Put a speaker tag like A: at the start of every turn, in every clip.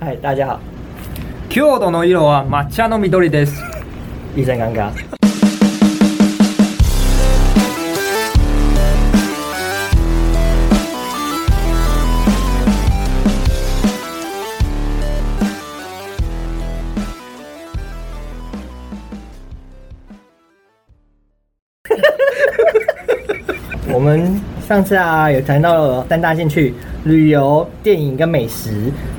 A: 嗨，大家好，
B: 京都の色は抹茶の 緑です。
A: 医生刚刚。我们上次啊有谈到了三大兴趣：旅游、电影跟美食。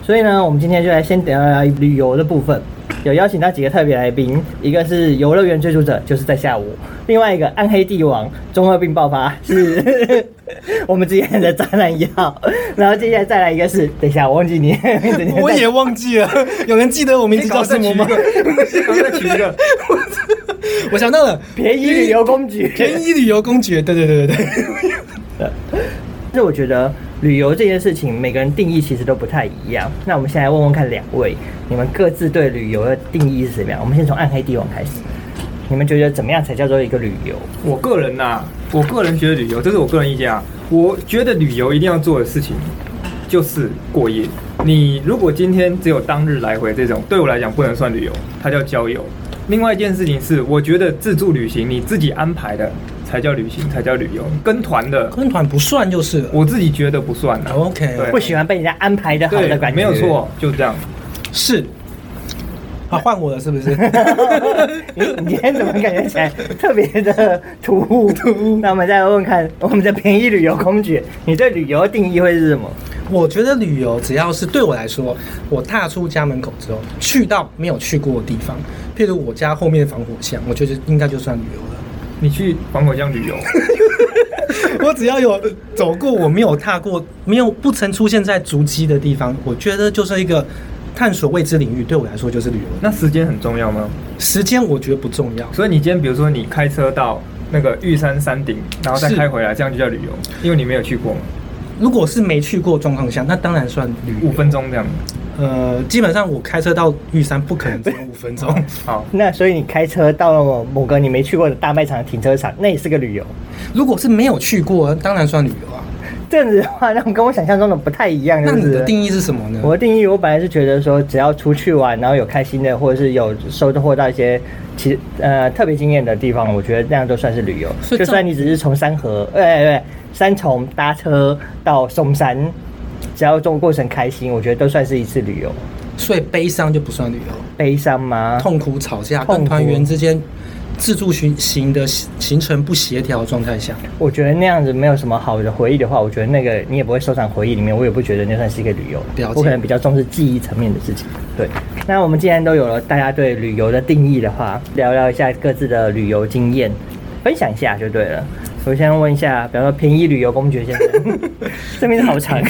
A: 所以呢，我们今天就来先聊聊旅游的部分。有邀请到几个特别来宾，一个是游乐园追逐者，就是在下午；另外一个暗黑帝王，中二病爆发是 我们之前的渣男一号。然后接下来再来一个是，等一下我忘记你 的名字，你
C: 我也忘记了，有人记得我名字叫 什么吗？
B: 再取一个，
C: 我想到了，
A: 便宜旅游公局，
C: 便宜旅游公爵，对对对对对，
A: 就是我觉得旅游这件事情，每个人定义其实都不太一样。那我们先来问问看两位，你们各自对旅游的定义是怎么样？我们先从暗黑帝王开始，你们觉得怎么样才叫做一个旅游？
B: 我个人呐、我个人觉得旅游，这是我个人意见啊。我觉得旅游一定要做的事情就是过夜。你如果今天只有当日来回这种，对我来讲不能算旅游，它叫郊游。另外一件事情是，我觉得自助旅行你自己安排的才叫旅行，才叫旅游。跟团的，
C: 跟团不算就是了。
B: 我自己觉得不算啊。
C: OK，
B: 对
A: 不喜欢被人家安排的好的
B: 对，
A: 感觉，
B: 没有。错，就这样。
C: 是。好，换我了是不 是？
A: 你你今天怎么感觉起来特别的突兀？突兀。那我们再来问问看，我们的便宜旅游公爵，你对旅游的定义会是什么？
C: 我觉得旅游只要是对我来说，我踏出家门口之后，去到没有去过的地方，譬如我家后面的防火巷，我觉得应该就算旅游了。
B: 你去防火巷旅 游，
C: 我只要有走过我没有踏过、没有不曾出现在足迹的地方，我觉得就是一个探索未知领域，对我来说就是旅游。那
B: 那时间很重要吗？
C: 时间我觉得不重要，
B: 所以你今天比如说你开车到那个玉山山顶，然后再
C: 是
B: 开回来，这样就叫旅游，因为你没有去过嘛，
C: 如果是没去过状况下，那当然算旅游。
B: 五分钟这样。
C: 呃，基本上我开车到玉山不可能只有 五分钟，
B: 好，
A: 那所以你开车到了某某个你没去过的大卖场的停车场，那也是个旅游。
C: 如果是没有去过，当然算旅游啊。
A: 这样子的话，那我跟我想象中的不太一样，
C: 那
A: 就
C: 你
A: 是
C: 的定义是什么呢？
A: 我的定义，我本来是觉得说，只要出去玩，然后有开心的，或者是有收获到一些其呃特别惊艳的地方，我觉得那样都算是旅游。
C: 所以
A: 就
C: 这
A: 算你只是从山河，呃、哎哎三重搭车到松山，只要这种过程开心，我觉得都算是一次旅游。
C: 所以悲伤就不算旅游，
A: 悲伤吗？
C: 痛苦啊吵架
A: 痛苦
C: 跟团员之间自助巡行的行行程不协调的状态下，
A: 我觉得那样子没有什么好的回忆的话，我觉得那个你也不会收藏回忆里面，我也不觉得那算是一个旅游
C: 了。解
A: 我可能比较重视记忆层面的事情。对，那我们既然都有了大家对旅游的定义的话，聊聊一下各自的旅游经验，分享一下就对了。我先问一下，比方说便宜旅游公爵先生， 这名字好长，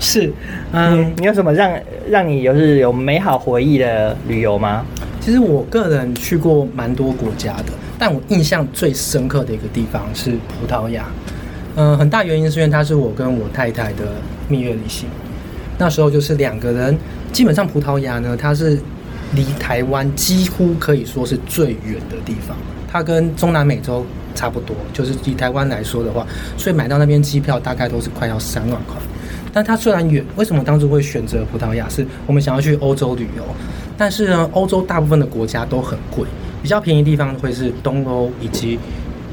C: 是，
A: 嗯
C: 嗯，，
A: 你有什么让让你就是有美好回忆的旅游吗？
C: 其实我个人去过蛮多国家的，但我印象最深刻的一个地方是葡萄牙。嗯、很大原因是因为它是我跟我太太的蜜月旅行。那时候就是两个人，基本上葡萄牙呢，它是离台湾几乎可以说是最远的地方，它跟中南美洲差不多，就是以台湾来说的话，所以买到那边机票大概都是快要三万块。但它虽然远，为什么当初会选择葡萄牙？是我们想要去欧洲旅游，但是呢，欧洲大部分的国家都很贵，比较便宜的地方会是东欧以及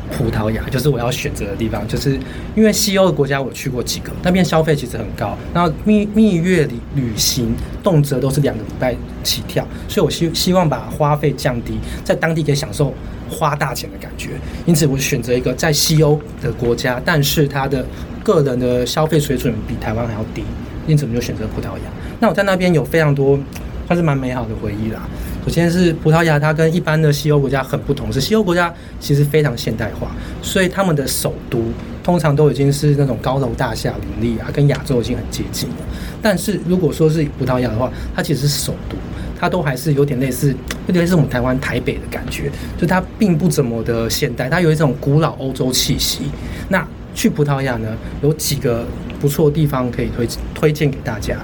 C: 葡萄牙，就是我要选择的地方，就是因为西欧的国家我去过几个，那边消费其实很高，然后蜜蜜月旅旅行动辄都是两个礼拜起跳，所以我希希望把花费降低，在当地可以享受花大钱的感觉，因此我选择一个在西欧的国家，但是它的个人的消费水准比台湾还要低，因此我们就选择葡萄牙。那我在那边有非常多算是蛮美好的回忆啦。首先是葡萄牙，它跟一般的西欧国家很不同，是西欧国家其实非常现代化，所以他们的首都通常都已经是那种高楼大厦林立啊，跟亚洲已经很接近了。但是如果说是葡萄牙的话，它其实是首都，它都还是有点类似，有点类似我们台湾台北的感觉，就它并不怎么的现代，它有一种古老欧洲气息。那去葡萄牙呢，有几个不错的地方可以推推荐给大家。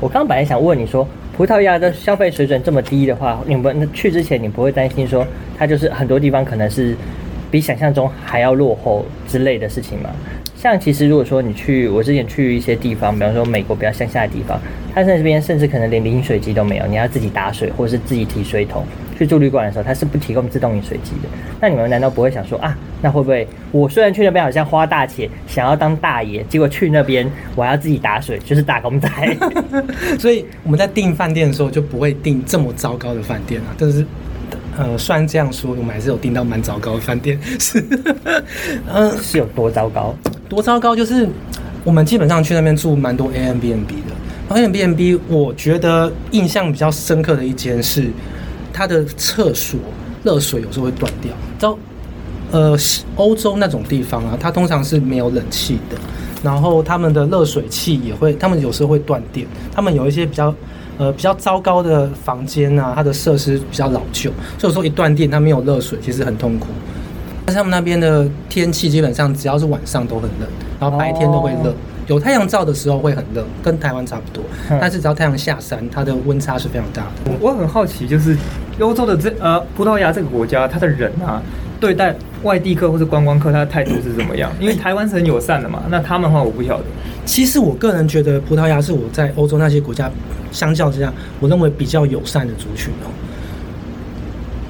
A: 我刚刚本来想问你说，葡萄牙的消费水准这么低的话，你们去之前你不会担心说它就是很多地方可能是比想象中还要落后之类的事情吗？像其实如果说你去，我之前去一些地方，比方说美国比较乡下的地方，它在这边甚至可能连饮水机都没有，你要自己打水或者是自己提水桶。去住旅馆的时候，它是不提供自动饮水机的。那你们难道不会想说啊，那会不会我虽然去那边好像花大钱，想要当大爷，结果去那边我还要自己打水，就是打工仔？
C: 所以我们在订饭店的时候就不会订这么糟糕的饭店啊，但是。呃，虽然这样说，我们还是有订到蛮糟糕的饭店，是， 嗯、
A: 是有多糟糕？
C: 多糟糕，就是我们基本上去那边住蛮多 a m b n b 的。a m b n b 我觉得印象比较深刻的一间是它的厕所热水有时候会断掉。你知道，呃，西欧洲那种地方啊，它通常是没有冷气的，然后他们的热水器也会，他们有时候会断电。他们有一些比较呃比较糟糕的房间啊，它的设施比较老旧，所以说一断电它没有热水，其实很痛苦。但是他们那边的天气基本上只要是晚上都很冷，然后白天都会热。
A: 哦
C: 有太阳照的时候会很热，跟台湾差不多。
A: 嗯
C: 但是只要太阳下山，它的温差是非常大的。
B: 我我很好奇，就是欧洲的这呃葡萄牙这个国家，它的人啊，对待外地客或者观光客，他的态度是怎么样？因为台湾是很友善的嘛，那他们的话我不晓得。
C: 其实我个人觉得，葡萄牙是我在欧洲那些国家相较之下，我认为比较友善的族群哦、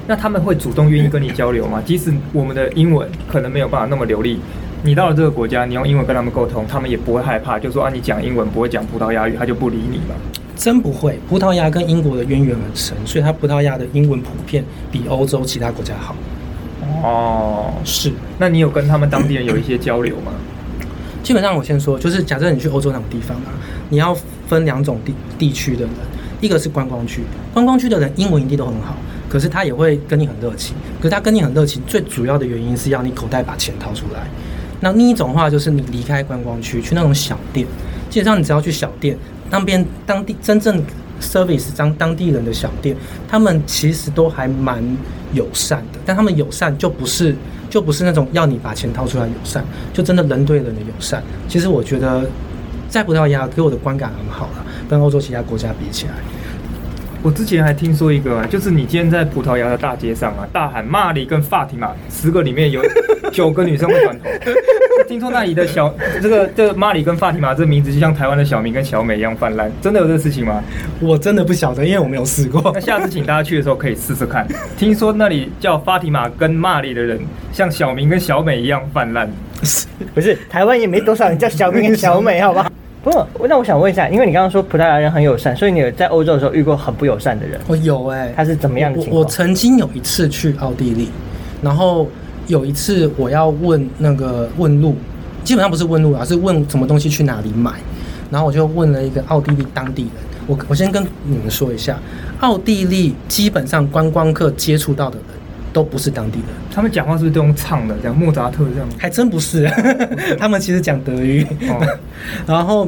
B: 那他们会主动愿意跟你交流吗？即使我们的英文可能没有办法那么流利，你到了这个国家，你用英文跟他们沟通，他们也不会害怕，就说啊你讲英文不会讲葡萄牙语，他就不理你嘛。
C: 真不会。葡萄牙跟英国的渊源很深，所以它葡萄牙的英文普遍比欧洲其他国家好。
B: 哦，
C: 是，
B: 那你有跟他们当地人有一些交流吗？
C: 基本上我先说，就是假设你去欧洲那种地方啊，你要分两种地地区的人，一个是观光区，观光区的人英文一定都很好，可是他也会跟你很热情，可是他跟你很热情，最主要的原因是要你口袋把钱掏出来。那另一种话就是你离开观光区，去那种小店，基本上你只要去小店，那边当地真正 service 当当地人的小店，他们其实都还蛮友善的，但他们友善就不是就不是那种要你把钱掏出来友善，就真的人对人的友善。其实我觉得在葡萄牙给我的观感很好了，跟欧洲其他国家比起来，
B: 我之前还听说一个啊，就是你今天在葡萄牙的大街上啊，大喊骂里跟法提玛，十个里面 有九个女生会转头。听说那里的小这个这个骂里跟法提玛这名字，就像台湾的小明跟小美一样泛滥，真的有这事情吗？
C: 我真的不晓得，因为我没有试过
B: 那。下次请大家去的时候可以试试 看。听说那里叫法提玛跟骂里的人，像小明跟小美一样泛滥。
A: 不是，台湾也没多少人叫小明跟小美，好吧？不过，那我想问一下，因为你刚刚说葡萄牙人很友善，所以你有在欧洲的时候遇过很不友善的人，
C: 我有哎、
A: 他是怎么样的
C: 我
A: 情
C: 我
A: 况？
C: 曾经有一次去奥地利，然后有一次我要问那个问路，基本上不是问路啊，是问什么东西去哪里买。然后我就问了一个奥地利当地人，我我先跟你们说一下，奥地利基本上观光客接触到的人都不是当地人，
B: 他们讲话是不是都用唱的，像莫扎特这样？
C: 还真不是， 他们其实讲德语。
B: 哦，
C: 然后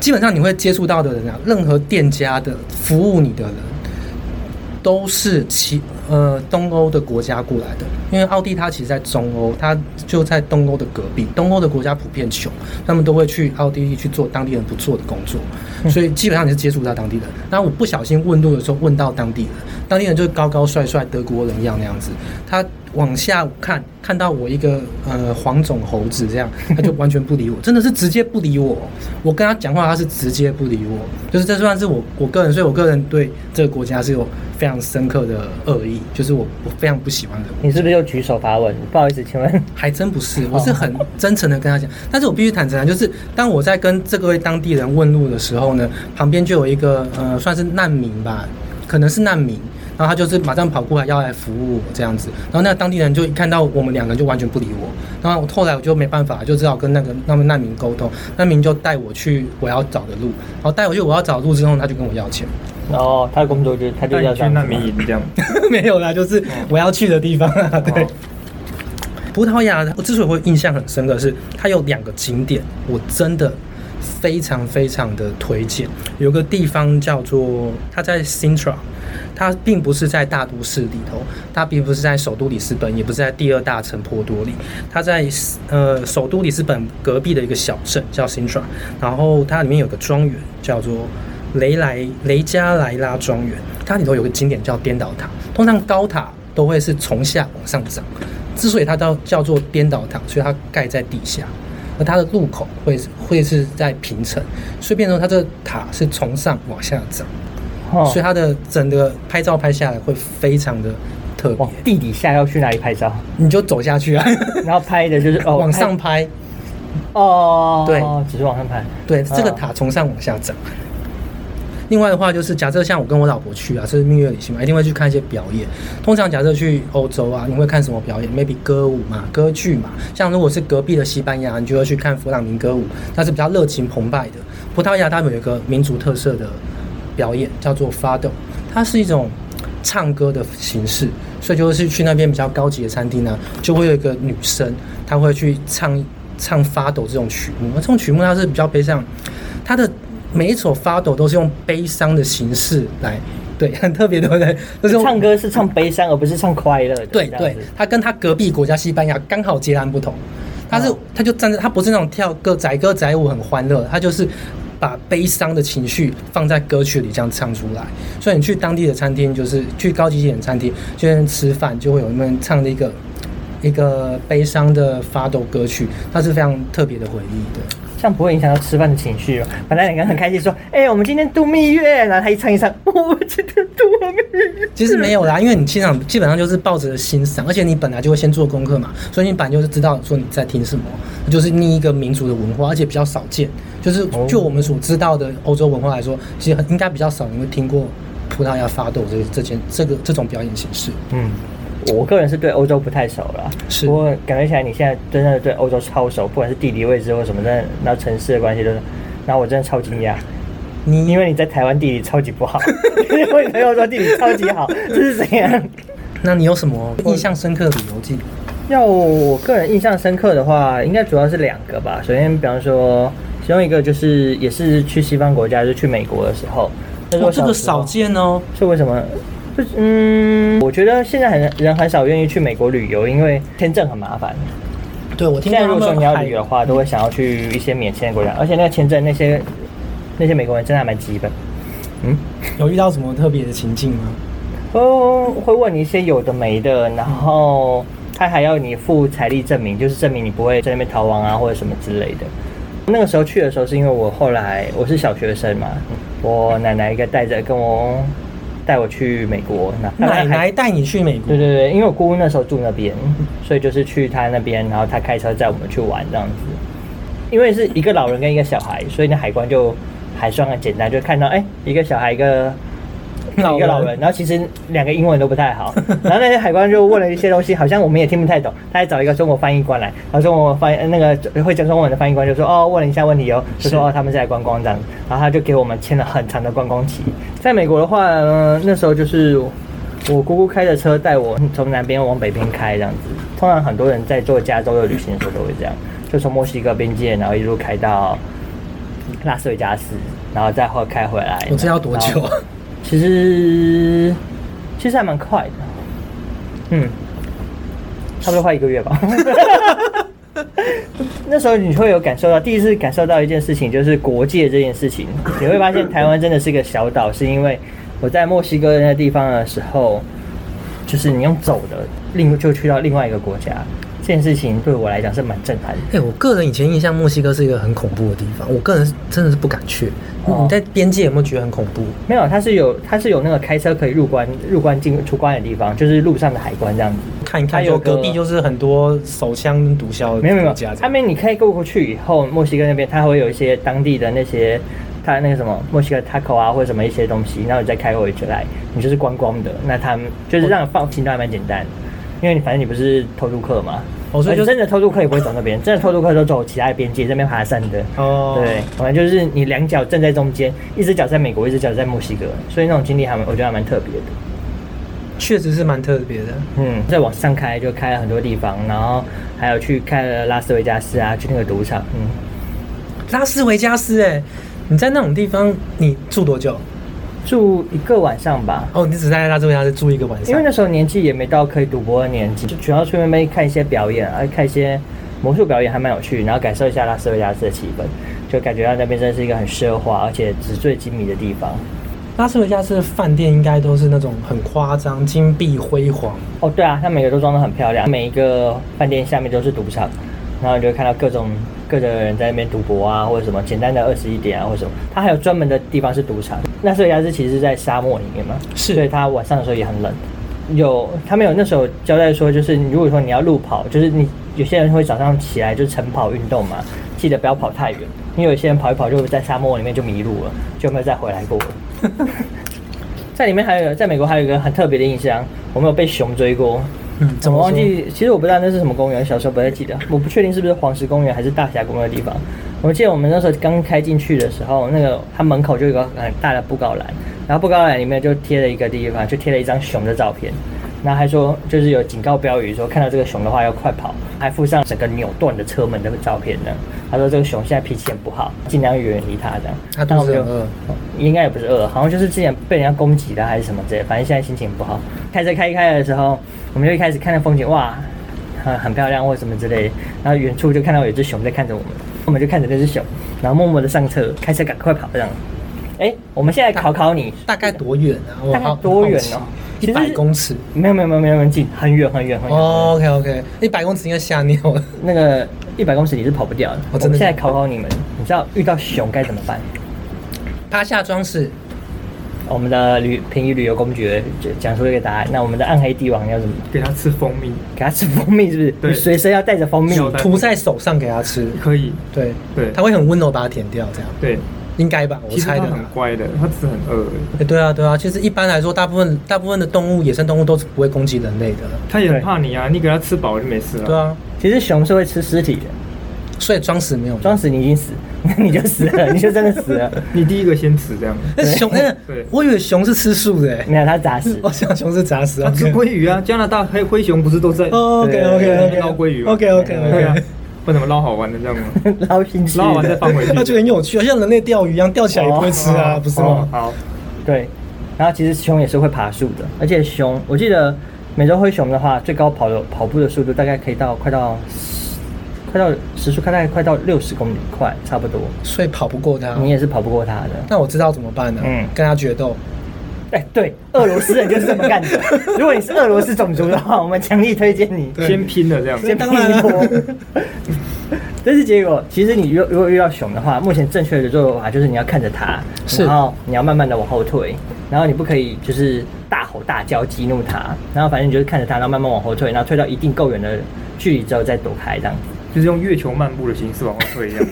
C: 基本上你会接触到的人啊，任何店家的服务你的人，都是其呃东欧的国家过来的，因为奥地它其实在中欧，它就在东欧的隔壁。东欧的国家普遍穷，他们都会去奥地利去做当地人不做的工作，所以基本上你是接触到当地人。那我不小心问路的时候问到当地人，当地人就是高高帅帅德国人一样那样子，他往下看看到我一个呃黄种猴子这样， 他就完全不理我，真的是直接不理我。我跟他讲话，他是直接不理我，就是这算是我我个人，所以我个人对这个国家是有非常深刻的恶意，就是我我非常不喜欢的。
A: 你是不是又举手发问？不好意思，请问
C: 还真不是，我是很真诚的跟他讲，但是我必须坦诚啊，就是当我在跟这个位当地人问路的时候呢，旁边就有一个呃，算是难民吧，可能是难民，然后他就是马上跑过来要来服务我这样子，然后那个当地人就一看到我们两个人就完全不理我，然后我后来我就没办法，就只好跟那个那个难民沟通，难民就带我去我要找的路，然后带我去我要找的路之后，他就跟我要钱，
A: 哦，他的工作就是他就
B: 带
A: 要
B: 你
A: 这样
B: 去
A: 子
B: 难民
A: 吗
B: 营这 样。啊
C: 没有啦，就是我要去的地方啊，对。
B: 哦
C: 葡萄牙，我之所以会印象很深刻是，它有两个景点，我真的非常非常的推荐。有个地方叫做它在 Sintra，它并不是在大都市里头，它并不是在首都里斯本，也不是在第二大城波多里，它在呃首都里斯本隔壁的一个小镇叫 Sintra，然后它里面有个庄园叫做雷莱雷加莱拉庄园，它里头有个景点叫颠倒塔，通常高塔都会是从下往上涨。之所以它到叫做颠倒堂，所以它盖在地下，而它的入口会是会是在平层，所以变成它这个塔是从上往下长，
A: 哦
C: 所以它的整个拍照拍下来会非常的特别
A: 往。哦地底下要去哪里拍照？
C: 你就走下去啊，
A: 然后拍的就是哦，
C: 往上拍，
A: 拍哦，
C: 对
A: 只是往上拍。
C: 对，这个
A: 啊
C: 塔从上往下长。另外的话就是，假设像我跟我老婆去啊，这是蜜月旅行嘛，一定会去看一些表演。通常假设去欧洲啊，你会看什么表演？maybe 歌舞嘛，歌剧嘛。像如果是隔壁的西班牙，你就会去看弗朗明歌舞，那是比较热情澎湃的。葡萄牙他们有一个民族特色的表演，叫做 fado，它是一种唱歌的形式，所以就是去那边比较高级的餐厅呢、啊就会有一个女生，她会去唱唱发抖这种曲目，而这种曲目它是比较悲伤，它的每一首发抖都是用悲伤的形式来，对，很特别，对不对？就是用
A: 唱歌是唱悲伤，而不是唱快乐的。
C: 对
A: 这样
C: 对
A: 子，
C: 他跟他隔壁国家西班牙刚好截然不同。他是
A: 哦
C: 他就站在，他不是那种跳歌载歌载舞很欢乐，他就是把悲伤的情绪放在歌曲里这样唱出来。所以你去当地的餐厅，就是去高级一点的餐厅，就在那边吃饭，就会有人唱的一个一个悲伤的发抖歌曲，它是非常特别的回忆的。
A: 这样不会影响到吃饭的情绪哦。本来两个人很开心说：“哎、我们今天度蜜月。”然后他一唱一唱，我今天度蜜月。
C: 其实没有啦，因为你欣赏基本上就是抱着欣赏，而且你本来就会先做功课嘛，所以你本来就是知道说你在听什么，就是另一个民族的文化，而且比较少见。就是
A: 哦
C: 就我们所知道的欧洲文化来说，其实很应该比较少人会听过葡萄牙发抖这这件这个这种表演形式。
A: 嗯，我个人是对欧洲不太熟了，
C: 是
A: 不过感觉起来你现在真的对欧洲超熟，不管是地理位置或什么，真的那城市的关系都是。然后我真的超惊讶，
C: 你
A: 因为你在台湾地理超级不好， 因为你朋友说地理超级好，这是怎样？
C: 那你有什么印象深刻的旅游记？
A: 要我个人印象深刻的话，应该主要是两个吧。首先，比方说，其中一个就是也是去西方国家，就是去美国的时候，那时候
C: 哦，这个
A: 小时候
C: 少见哦。
A: 是为什么？就是嗯，我觉得现在很人很少愿意去美国旅游，因为签证很麻烦。
C: 对我听
A: 现在
C: 到
A: 如果
C: 他
A: 说
C: 们
A: 你要
C: 海
A: 旅游的话，都会想要去一些免签的国家，而且那个签证那些那些美国人真的还蛮基本。嗯，
C: 有遇到什么特别的情境吗？
A: 哦，会问你一些有的没的，然后他还要你附财力证明，就是证明你不会在那边逃亡啊或者什么之类的。那个时候去的时候，是因为我后来我是小学生嘛，我奶奶一个带着跟我带我去美国，那
C: 奶奶带你去美国
A: 对，对对，因为我姑姑那时候住那边，所以就是去她那边，然后她开车载我们去玩这样子。因为是一个老人跟一个小孩，所以那海关就还算很简单，就看到哎、一个小孩一个
C: 老
A: 一个老
C: 人
A: 人，然后其实两个英文都不太好，然后那些海关就问了一些东西，好像我们也听不太懂，他还找一个中国翻译官来，然后中国翻译那个会讲中文的翻译官就说哦，问了一下问题哦，就是说哦他们是来观光这样子，然后他就给我们签了很长的观光期。在美国的话，呃、那时候就是我姑姑开着车带我从南边往北边开这样子，通常很多人在做加州的旅行的时候都会这样，就从墨西哥边界，然后一路开到拉斯维加斯，然后再后开回来。
C: 我知道多久
A: 然
C: 啊
A: 后？其实其实还蛮快的，嗯，差不多快一个月吧。那时候你会有感受到，第一次感受到一件事情，就是国界这件事情。你会发现台湾真的是个小岛，是因为我在墨西哥那个地方的时候，就是你用走的，另就去到另外一个国家，这件事情对我来讲是蛮震撼的。
C: 哎、我个人以前印象，墨西哥是一个很恐怖的地方，我个人是真的是不敢去。
A: 哦
C: 你在边界有没有觉得很恐怖？
A: 没有，它是有它是有那个开车可以入关、入关进出关的地方，就是路上的海关这样子。
C: 看一
A: 它
C: 看，
A: 有
C: 就呃
A: 个
C: 隔壁就是很多手枪跟毒枭
A: 没有没
C: 的
A: 有
C: 国，家这
A: 他
C: 样，
A: 们你可以过过去以后，墨西哥那边它会有一些当地的那些，它那个什么墨西哥 taco 啊，或者什么一些东西，然后你再开回去来，你就是观光的，那他们就是让你放行都还蛮简单，因为你反正你不是偷渡客嘛，
C: 哦所
A: 而
C: 以
A: 且
C: 就是
A: 真的偷渡客也不会走那边，真的偷渡客都走其他的边界这边爬山的，
C: 哦
A: 对，反正就是你两脚站在中间，一只脚在美国，一只脚在墨西哥，所以那种经历还蛮我觉得还蛮特别的。
C: 确实是蛮特别的。
A: 嗯，再往上开就开了很多地方，然后还有去开了拉斯维加斯啊，去那个赌场，嗯，
C: 拉斯维加斯、哎，你在那种地方，你住多久？
A: 住一个晚上吧。
C: 哦，你只在拉斯维加斯住一个晚
A: 因为
C: 上。
A: 那时候年纪也没到可以赌博的年纪，就主要去那边看一些表演啊，看一些魔术表演还蛮有趣，然后感受一下拉斯维加斯的气氛，就感觉到那边真是一个很奢华而且纸醉金迷的地方。
C: 拉斯维加斯的饭店应该都是那种很夸张、金碧辉煌，
A: 哦，对啊，它每个都装得很漂亮，每一个饭店下面都是赌场，然后你就会看到各种各种人在那边赌博啊，或者什么简单的二十一点啊，或者什么。它还有专门的地方是赌场。那所以它是其实是在沙漠里面嘛，
C: 是
A: 所以它晚上的时候也很冷。有他们有那时候交代说，就是你如果说你要路跑，就是你有些人会早上起来就是晨跑运动嘛，记得不要跑太远，因为有些人跑一跑就在沙漠里面就迷路了，就没有再回来过了。在里面还有，在美国还有一个很特别的印象，我们有被熊追过。
C: 嗯，
A: 怎么忘
C: 说？
A: 记？其实我不知道那是什么公园，小时候不太记得。我不确定是不是黄石公园还是大峡谷那个地方。我记得我们那时候刚开进去的时候，那个它门口就有一个很大的布告栏，然后布告栏里面就贴了一个地方，就贴了一张熊的照片，然后还说就是有警告标语说看到这个熊的话要快跑，还附上整个扭断的车门的照片呢。他说这个熊现在脾气很不好，尽量远离它这样。
C: 他
A: 但
C: 肚
A: 我
C: 子
A: 们
C: 很
A: 就
C: 饿，
A: 应该也不是饿，好像就是之前被人家攻击的还是什么之类的，反正现在心情不好。开车开一开的时候，我们就一开始看到风景，哇，很很漂亮或什么之类的，然后远处就看到有只熊在看着我们，我们就看着那只熊，然后默默的上车，开车赶快跑这样。哎，我们现在考考你，
C: 大概多远啊？我
A: 大概
C: 好
A: 多远哦其
C: 一
A: 实
C: 百
A: 是
C: 公尺。
A: 没有没有没有没有没有近，很远很远很远。
C: 哦、OK OK，一百公尺应该吓尿了。
A: 那个一百公尺你是跑不掉的。
C: 哦
A: 我
C: 真的
A: 们现在
C: 假的
A: 考考你们，你知道遇到熊该怎么办？
C: 趴下装死，
A: 我们的旅平移旅游公爵就讲出了一个答案，那我们的暗黑帝王要怎么？
B: 给它吃蜂蜜，
A: 给他吃蜂蜜是不是？
B: 对
A: 你随身要带着蜂蜜。
B: 有的
C: 涂在手上给它吃。
B: 可以，
C: 对
B: 对
C: 它会很温柔把它舔掉，这样
B: 对，
C: 应该吧？我
B: 其实
C: 猜
B: 它
C: 的
B: 很
C: 啦。
B: 乖的，它只是很饿而已，
C: 哎对啊，对啊，其实一般来说，大部分大部分的动物，野生动物都是不会攻击人类的。
B: 它也很怕你啊，你给它吃饱了就没事了。
C: 对啊，
A: 其实熊是会吃尸体的，
C: 所以装死没有用。
A: 装死你已经死，你就死了， 你就真的死了。
B: 你第一个先吃这样，
C: 那熊，那
B: 对
C: 我以为熊是吃素的、欸，
A: 没有，它砸 死。
C: 我想熊是杂食
B: 它
C: 啊。哦
B: 吃鲑鱼啊，加拿大黑灰熊不是都在
C: OK OK
B: 对
C: OK，
B: 捞鲑鱼嘛
C: OK OK
B: 对啊
C: OK，，
B: 为什么捞好玩的这样吗？
A: 然后进去。
B: 捞完再放回去，
C: 那就很有趣，啊像人类钓鱼一样，钓起来也不会吃啊，
A: 哦
C: 不是
B: 哦
C: 吗？
B: 好，
A: 对，然后其实熊也是会爬树的，而且熊，我记得美洲灰熊的话，最高跑的跑步的速度大概可以到快到10快到时速大概快到六十公里快，差不多。
C: 所以跑不过
B: 啊
C: 它。
A: 你也是跑不过它的。
C: 那我知道怎么办呢、啊
A: 嗯
C: 跟它决斗。
A: 哎，对，俄罗斯人就是这么干 的。如果你是俄罗斯种族的话，我们强力推荐你。
B: 先拼了这样。
A: 先
C: 当然
A: 拼一波。 但是结果，其实你如如果遇到熊的话，目前正确的做法就是你要看着它，
C: 是
A: 然后你要慢慢的往后退，然后你不可以就是大吼大叫激怒它，然后反正你就是看着它，然后慢慢往后退，然后退到一定够远的距离之后再躲开这样子。
B: 就是用月球漫步的形式往后退一 样。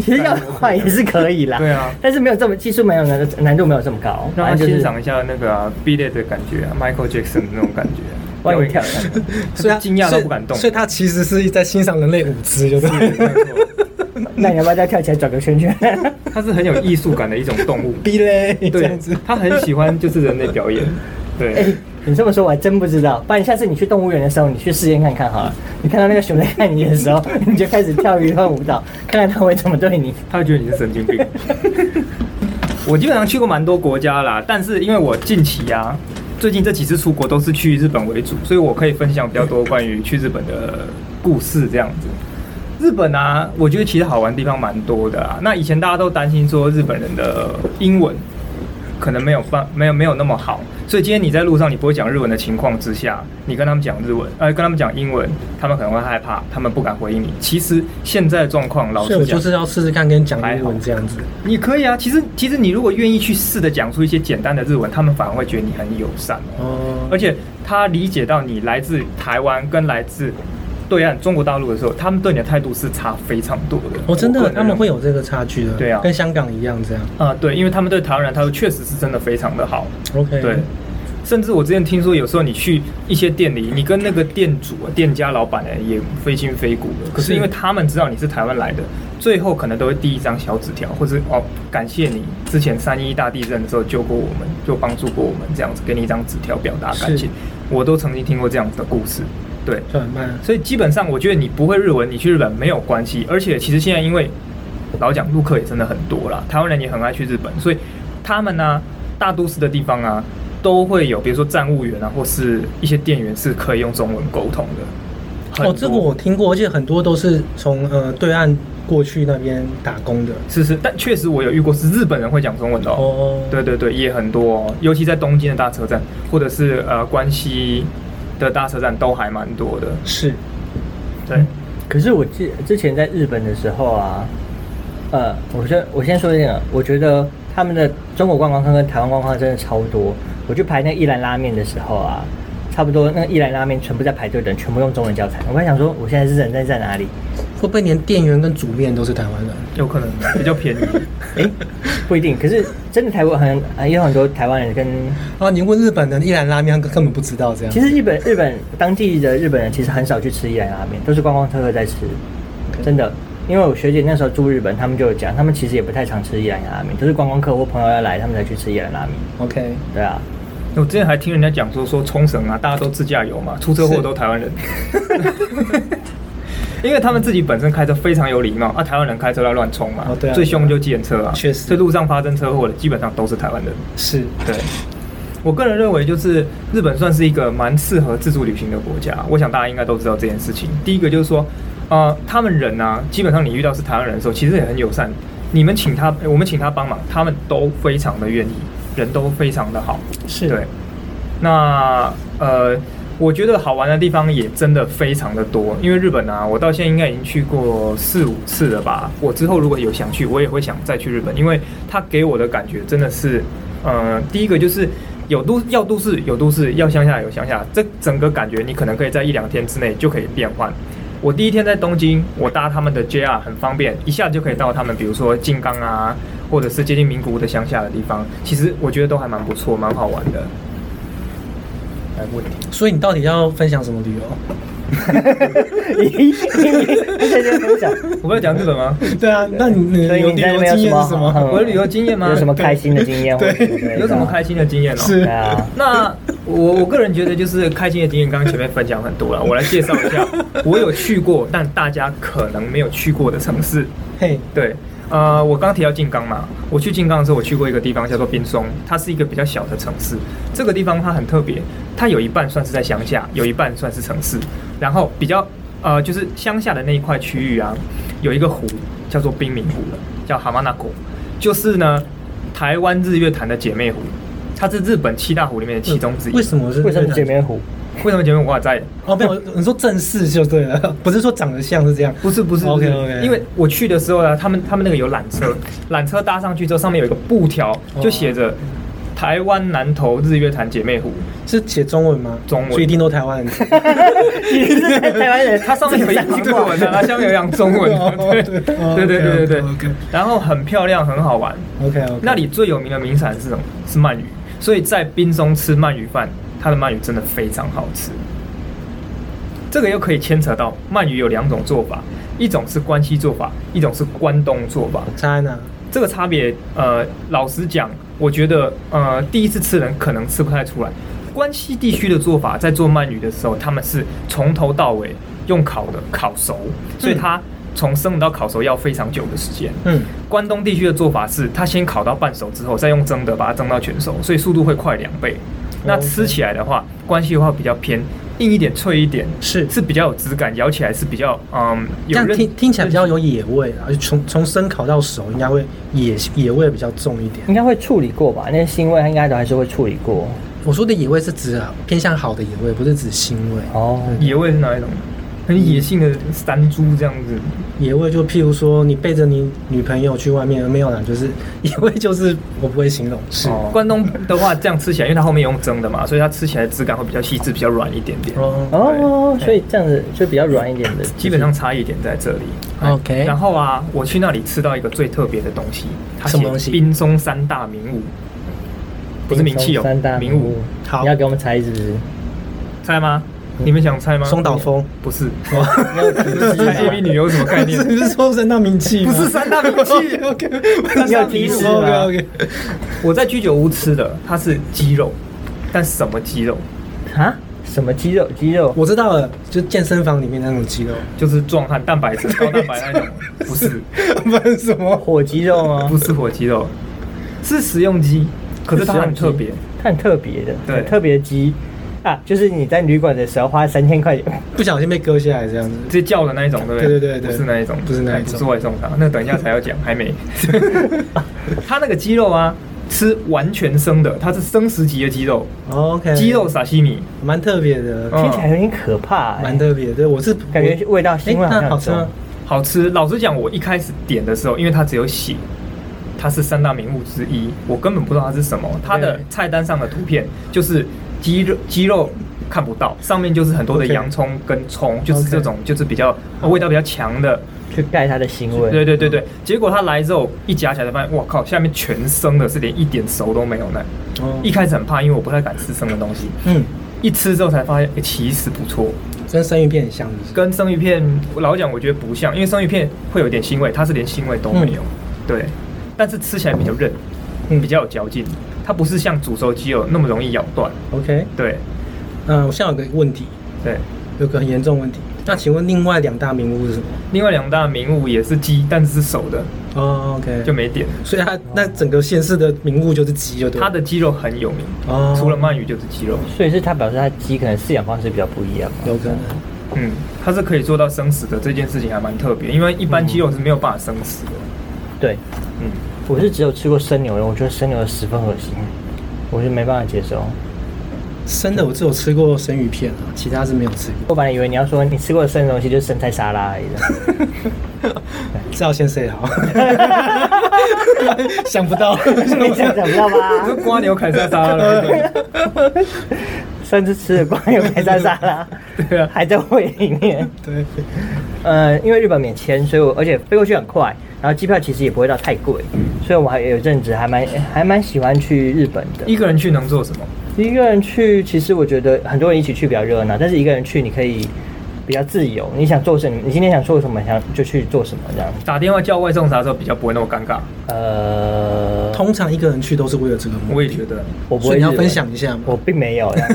A: 其实要换也是可以啦，
B: 对啊
A: 但是没有这么技术没有难难度没有这么高，
B: 让他
C: 哎
A: 反正就
B: 欣
A: 是
B: 赏一下那个、啊、B 类的感觉啊，Michael Jackson 的那种感觉、啊。
A: 万一跳下来。
C: 所以它
B: 惊讶到不敢动
C: 所以所以它其实是在欣赏人类舞姿，就是，
A: 那你要不要再跳起来转个圈圈？
B: 它是很有艺术感的一种动物
C: 逼嘞这
B: 对
C: 样子。，
B: 它很喜欢就是人类表演，
A: 哎、
B: 对，
A: 你这么说我还真不知道。不然下次你去动物园的时候，你去试验看看好了。你看到那个熊在看你的时候，你就开始跳一段舞蹈，看看它会怎么对你。
B: 它会觉得你是神经病。 我基本上去过蛮多国家啦，但是因为我近期啊，最近这几次出国都是去日本为主，所以我可以分享比较多关于去日本的故事这样子。日本啊，我觉得其实好玩的地方蛮多的啊。那以前大家都担心说日本人的英文可能没有办没有没有那么好，所以今天你在路上你不会讲日文的情况之下，你跟他们讲日文，呃，跟他们讲英文，他们可能会害怕，他们不敢回应你。其实现在的状况，老
C: 所以我
B: 实
C: 就
B: 讲，
C: 是要试试看跟讲
B: 还
C: 英
B: 好
C: 文这样子。
B: 你可以啊。其实其实你如果愿意去试着讲出一些简单的日文，他们反而会觉得你很友善哦。
C: 哦
B: 而，且他理解到你来自台湾跟来自对岸中国大陆的时候，他们对你的态度是差非常多的。
C: 我哦真
B: 个
C: 的
B: 人
C: 他们会有这个差距的，
B: 对啊
C: 跟香港一样这样。
B: 啊、对，因为他们对台湾人态度确实是真的非常的好。
C: OK，
B: 对，甚至我之前听说，有时候你去一些店里，你跟那个店主、店家、老板呢也非亲非故的，可
C: 是
B: 是因为他们知道你是台湾来的，最后可能都会递一张小纸条，或是哦，感谢你之前三一大地震的时候救过我们，就帮助过我们，这样子给你一张纸条表达感
C: 是
B: 谢。我都曾经听过这样子的故事，对。
C: 就很慢。
B: 所以基本上，我觉得你不会日文，你去日本没有关系。而且其实现在因为老讲陆客也真的很多啦，台湾人也很爱去日本，所以他们呢、大都市的地方啊，都会有比如说站务员啊，或是一些店员是可以用中文沟通的。很
C: 哦，
B: 多
C: 这个我听过，而且很多都是从呃对岸过去那边打工的。
B: 是是，但确实我有遇过是日本人会讲中文的哦。
C: 哦，
B: 对对对，也很多、哦，尤其在东京的大车站，或者是呃关西的大车站，都还蛮多的。
C: 是，
B: 对，
A: 可是我之之前在日本的时候啊，呃，我先我先说一点啊，我觉得他们的中国观光客跟台湾观光客真的超多。我去排那一兰拉面的时候啊，差不多那一兰拉面全部在排队的人全部用中文交谈。我还想说，我现在是人在在哪里？
C: 会不会连店员跟主面都是台湾人？
B: 有可能比较 便宜。
A: 诶、不一定。可是真的台湾很呃也有很多台湾人跟，
C: 啊，你问日本人一兰拉面，他根本不知道这样。
A: 其实日本日本当地的日本人其实很少去吃一兰拉面，都是观光客客在吃。真的，因为我学姐那时候住日本，他们就有讲，他们其实也不太常吃一兰拉面，都是观光客或朋友要来，他们才去吃一兰拉面。
C: OK，
A: 对啊，
B: 我之前还听人家讲说，说冲绳啊，大家都自驾游嘛，出车祸都台湾人， 因为他们自己本身开车非常有礼貌啊，台湾人开车要乱冲嘛，
C: 哦对啊
B: 最凶就计程车啊，
C: 确实
B: 所以路上发生车祸的基本上都是台湾人。
C: 是
B: 对，我个人认为就是日本算是一个蛮适合自助旅行的国家，我想大家应该都知道这件事情。第一个就是说，呃，他们人啊，基本上你遇到是台湾人的时候，其实也很友善，你们请他，我们请他帮忙，他们都非常的愿意，人都非常的好。
C: 是
B: 对，那呃，我觉得好玩的地方也真的非常的多，因为日本啊，我到现在应该已经去过四五次了吧。我之后如果有想去，我也会想再去日本，因为它给我的感觉真的是，呃，第一个就是。有都要都市有都市，要乡下有乡下，这整个感觉你可能可以在一两天之内就可以变换。我第一天在东京，我搭他们的 JR 很方便，一下就可以到他们，比如说静冈啊，或者是接近名古屋的乡下的地方。其实我觉得都还蛮不错，蛮好玩的。来问你，
C: 所以你到底要分享什么旅游？
A: 你在这边分享，
B: 我不要讲日本吗？
C: 对啊，那你你
A: 所以你在那边有什么好？
B: 我的旅游经验吗
A: 有什么开心的经验？
C: 对啊
A: 或者之类的
B: 有什么开？心的经验哦？
C: 是
A: 对 啊，
B: 那我我个人觉得就是开心的经验，刚刚前面分享很多了，我来介绍一下我有去过，但大家可能没有去过的城市。
C: 嘿，
B: 对，呃，我刚提到静冈嘛，我去静冈的时候，我去过一个地方叫做滨松，它是一个比较小的城市。这个地方它很特别，它有一半算是在乡下，有一半算是城市。然后比较呃，就是乡下的那一块区域啊，有一个湖叫做冰明湖了，叫蛤蟆那湖，就是呢台湾日月潭的姐妹湖，它是日本七大湖里面的其中之一。
C: 嗯为什么是
A: 为什么姐？妹 湖？
B: 为什么姐妹湖我在？
C: 哦，没有，你说正式就对了， 不是说长得像是这样。哦
B: 不是不是
C: OK，
B: 不是
C: OK
B: 因为我去的时候呢，他们他们那个有缆 车，缆车搭上去之后，上面有一个布条，
C: 哦
B: 就写着“台湾南投日月潭姐妹湖
C: 是写中文吗？
B: 中文
C: 所以一定都台湾 人。
A: 你是台湾人”，，
B: 它上面有一行日文 的，它下面有一行中文
C: 哦
B: 的，对对对对对对，然后很漂亮，很好玩。
C: OK OK，
B: 那里最有名的名产是什么？是鳗鱼，所以在滨松吃鳗鱼饭，它的鳗鱼真的非常好吃。这个又可以牵扯到鳗鱼有两种做法，一种是关西做法，一种是关东做法。
C: 差在哪？
B: 这个差别，呃，老实讲，我觉得，呃，第一次吃人可能吃不太出来。关西地区的做法，在做鳗鱼的时候，他们是从头到尾用烤的烤熟，所以它从生到烤熟要非常久的时间。
C: 嗯，
B: 关东地区的做法是，它先烤到半熟之后，再用蒸的把它蒸到全熟，所以速度会快两倍。
C: 哦
B: 那吃起来的话，关西的话比较偏硬一点、脆一点，
C: 是
B: 是比较有质感，咬起来是比较嗯，
C: 这
B: 有
C: 样
B: 韧
C: 听听起来比较有野味啊，从从生烤到熟，应该会野野味比较重一 点。
A: 应该会处理过吧？那些腥味应该都还是会处理过。
C: 我说的野味是指偏向好的野味，不是指腥味。
A: 哦，
B: 野味是哪一种？很野性的山猪这样子，
C: 野味就譬如说，你背着你女朋友去外面，没有啦，就是野味，就是我不会形容，是
B: 哦关东的话，这样吃起来，因为它后面用蒸的嘛，所以它吃起来质感会比较细致，比较软一点点。
C: 哦，
A: 哦，所以这样子就比较软一点的，
B: 基本上差异点在这里。
C: OK
B: 然后啊，我去那里吃到一个最特别的东西，它
C: 什么东西
B: 写冰松三大名物，不是名气
A: 有三
B: 哦，
A: 大
B: 名物，
C: 好
A: 你要给我们猜是不是？
B: 猜吗？你们想猜吗？
C: 松岛枫，
B: 不是，
A: 没有提示
B: 猜 A B 女有什么概
C: 不
B: 念
C: 是？ 你是说人到名气 吗？
B: 不是三大名气
C: OK，
A: 你有提示吗
C: OK OK，
B: 我在居酒屋吃的，它是鸡肉，但什么鸡肉？
A: 啊？什么肌肉？肌肉？
C: 我知道了，就健身房里面那种肌肉，
B: 就是壮汉蛋白质、高蛋白那种，不是，
C: 不然什么？
A: 火肌肉吗
B: 不？是火鸡肉，是食用鸡，可是它很特别。
A: 它很特别的，
B: 对
A: 很特别的鸡。啊，就是你在旅馆的时候花三千块钱，
B: 嗯
C: 不小心被割下来这样子。
B: 是叫的那一种，对不对？
C: 对对对对
B: 不是那一种，
C: 不是那一种
B: 哎不是外送的，那个等一下才要讲，还没。 他那个鸡肉啊，吃完全生的，它是生食级的鸡肉，
C: OK，
B: 鸡肉沙西米，
C: 蛮特别的，
B: 嗯
A: 听起来有点可怕、欸。
C: 蛮特别的。我是
A: 哦感觉味道腥味
C: 哎
A: 好像
C: 那
A: 很
C: 好吃吗
A: 重？
B: 好吃。老实讲，我一开始点的时候，因为它只有血，它是三大名物之一，我根本不知道它是什么。它的
C: 对
B: 菜单上的图片就是鸡肉，鸡肉看不到，上面就是很多的
C: OK
B: 洋葱跟葱，就是这
C: OK
B: 种就是比较呃味道比较强的。
A: 去盖它的腥味。
B: 对对对对，结果他来之后一夹起来才发现，哇靠，下面全生的，是连一点熟都没有呢。
C: 哦
B: 一开始很怕，因为我不太敢吃生的东西。
C: 嗯，
B: 一吃之后才发现，诶其实不错，
C: 跟生鱼片很像，是不是
B: 跟生鱼片我老实讲我觉得不像，因为生鱼片会有点腥味，它是连腥味都没有。对，但是吃起来比较韧，
C: 嗯
B: 比较有嚼劲，它不是像煮熟鸡肉那么容易咬断。
C: OK。
B: 对
C: 嗯，我现在有个问题，
B: 对，
C: 有个很严重的问题。那请问另外两大名物是什么？
B: 另外两大名物也是鸡，但是是熟的，
C: 哦，OK，
B: 就没点。
C: 所以它那整个县市的名物就是鸡，就对了。
B: 它的鸡肉很有名，
C: 哦
B: 除了鳗鱼就是鸡肉。
A: 所以是它表示它鸡可能饲养方式比较不一样嘛。
C: 有可能，
B: 嗯，它是可以做到生死的这件事情还蛮特别，因为一般鸡肉是没有办法生死的。
A: 对，
B: 嗯，
A: 我是只有吃过生牛肉，我觉得生牛肉十分恶心，我是没办法接受。
C: 生的我只有吃过生鱼片啊，其他是没有吃过。
A: 我本来以为你要说你吃过的生的东西就是生菜沙拉而已的，
C: 这要先 say 好， 想不到，
A: 你这样讲不到
B: 这
A: 吧？
B: 瓜牛凯撒沙拉了，
A: 甚至吃了光有白菜沙拉，
B: 对啊
A: 还在胃里面。
C: 对，
A: 呃，因为日本免签，所以我而且飞过去很快，然后机票其实也不会到太贵，所以我还有一阵子还蛮还蛮喜欢去日本的。
B: 一个人去能做什么？
A: 一个人去，其实我觉得很多人一起去比较热闹，但是一个人去你可以比较自由，你想做什么，你今天想做什么，想就去做什么这样。
B: 打电话叫外送啥时候比较不会那么尴尬？
A: 呃，
C: 通常一个人去都是为了这个目的。
B: 我也觉得，
A: 我不
C: 所
A: 会
C: 以你要
A: 日文
C: 分享一下吗
A: 我并没有，这样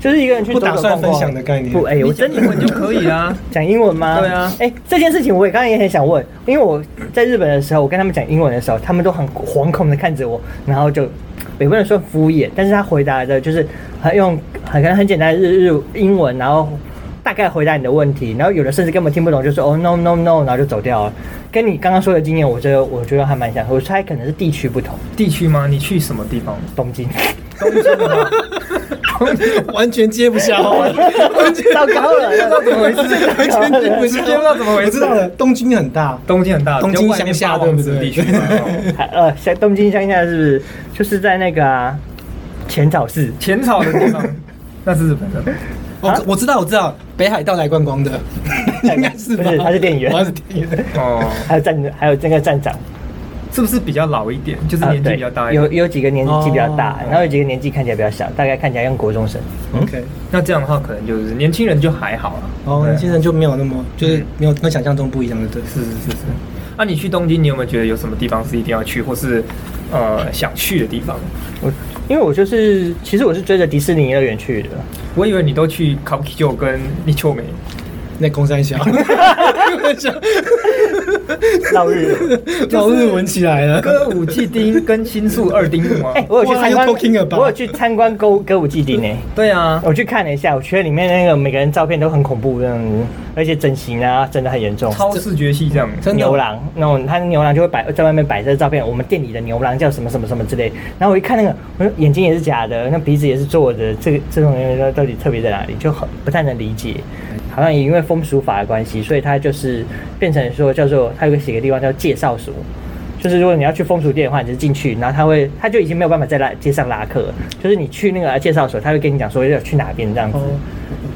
A: 就是一个人去
C: 不
A: 走走
C: 打算
A: 逛逛
C: 分享的概念
A: 不，哎、我
B: 你
A: 真
B: 讲
A: 的
B: 英文就可以啦。
A: 讲英文吗？
B: 对啊
A: 哎、这件事情我也刚才也很想问，因为我在日本的时候，我跟他们讲英文的时候，他们都很惶恐的看着我，然后就也不能说敷衍，但是他回答的就是很用很可能很简单的日日英文，然后大概回答你的问题，然后有的甚至根本听不懂，就说哦 no no no，然后就走掉了。跟你刚刚说的经验，我觉得我觉得还蛮像，我哎猜可能是地区不同，
B: 地区吗？ 你去什么地方？
A: 东 京。
C: 完全接不下话，
A: 糟糕了，怎么回 事？
C: 完全接不
B: 我
C: 下
B: 不知道怎么回
C: 我
B: 事
C: 知道了，东京很大，
B: 东京很大，
C: 东京
B: 比较外面
C: 乡下
B: 八王子
C: 对不对
B: 地区嘛。 哦
A: 还呃，像东京乡下是不是就是在那个啊浅草寺？
B: 浅草的地方，那是日本的。
C: 我我知道我知道，北海道来观光 的，应该是吧？
A: 不是他是店员
C: 他是店员。
B: 哦，
A: 还有站，还有这个站长，
B: 是不是比较老一点？就是
A: 啊
B: 年纪比较大
A: 对
B: 一
A: 有
B: 点。
A: 有几个年纪比较大，
C: 哦
A: 然后有几个年纪看起来比较小，大概看起来像国中生。
B: 嗯
C: OK，
B: 那这样的话，可能就是年轻人就还好了。啊
C: 哦，
B: 对
C: 年轻人就没有那么，就是没有跟想象中不一样的，对。
B: 是是是是。那、你去东京，你有没有觉得有什么地方是一定要去，或是呃想去的地方？
A: 我因为我就是，其实我是追着迪士尼乐园去的，
B: 我以为你都去 k a b u k i o 跟立秋美，
C: 那公山 小，
A: 到 日。
C: 老日文起来了。
B: 歌舞伎町跟新宿二丁目吗？
A: 哎、我有去参观
C: What are you talking，about？
A: 我有去参观歌歌舞伎町呢、
B: 对啊，
A: 我去看了一下，我觉得里面那个每个人照片都很恐怖，这样子，而且整形啊真的很严重。
B: 超视觉系这样。
C: 真的
A: 牛郎，那种他牛郎就会摆在外面摆这照片，我们店里的牛郎叫什么什么什么之类。然后我一看那个，我说眼睛也是假的，那鼻子也是做的，这个这种人到底特别在哪里，就很不太能理解。好像也因为风俗法的关系，所以他就是变成说叫做他有个写个地方叫介绍所。就是如果你要去风俗店的话，你就进去，然后他会，他就已经没有办法在拉街上拉客了。就是你去那个介绍所，他会跟你讲说要去哪边这样子。
C: 哦，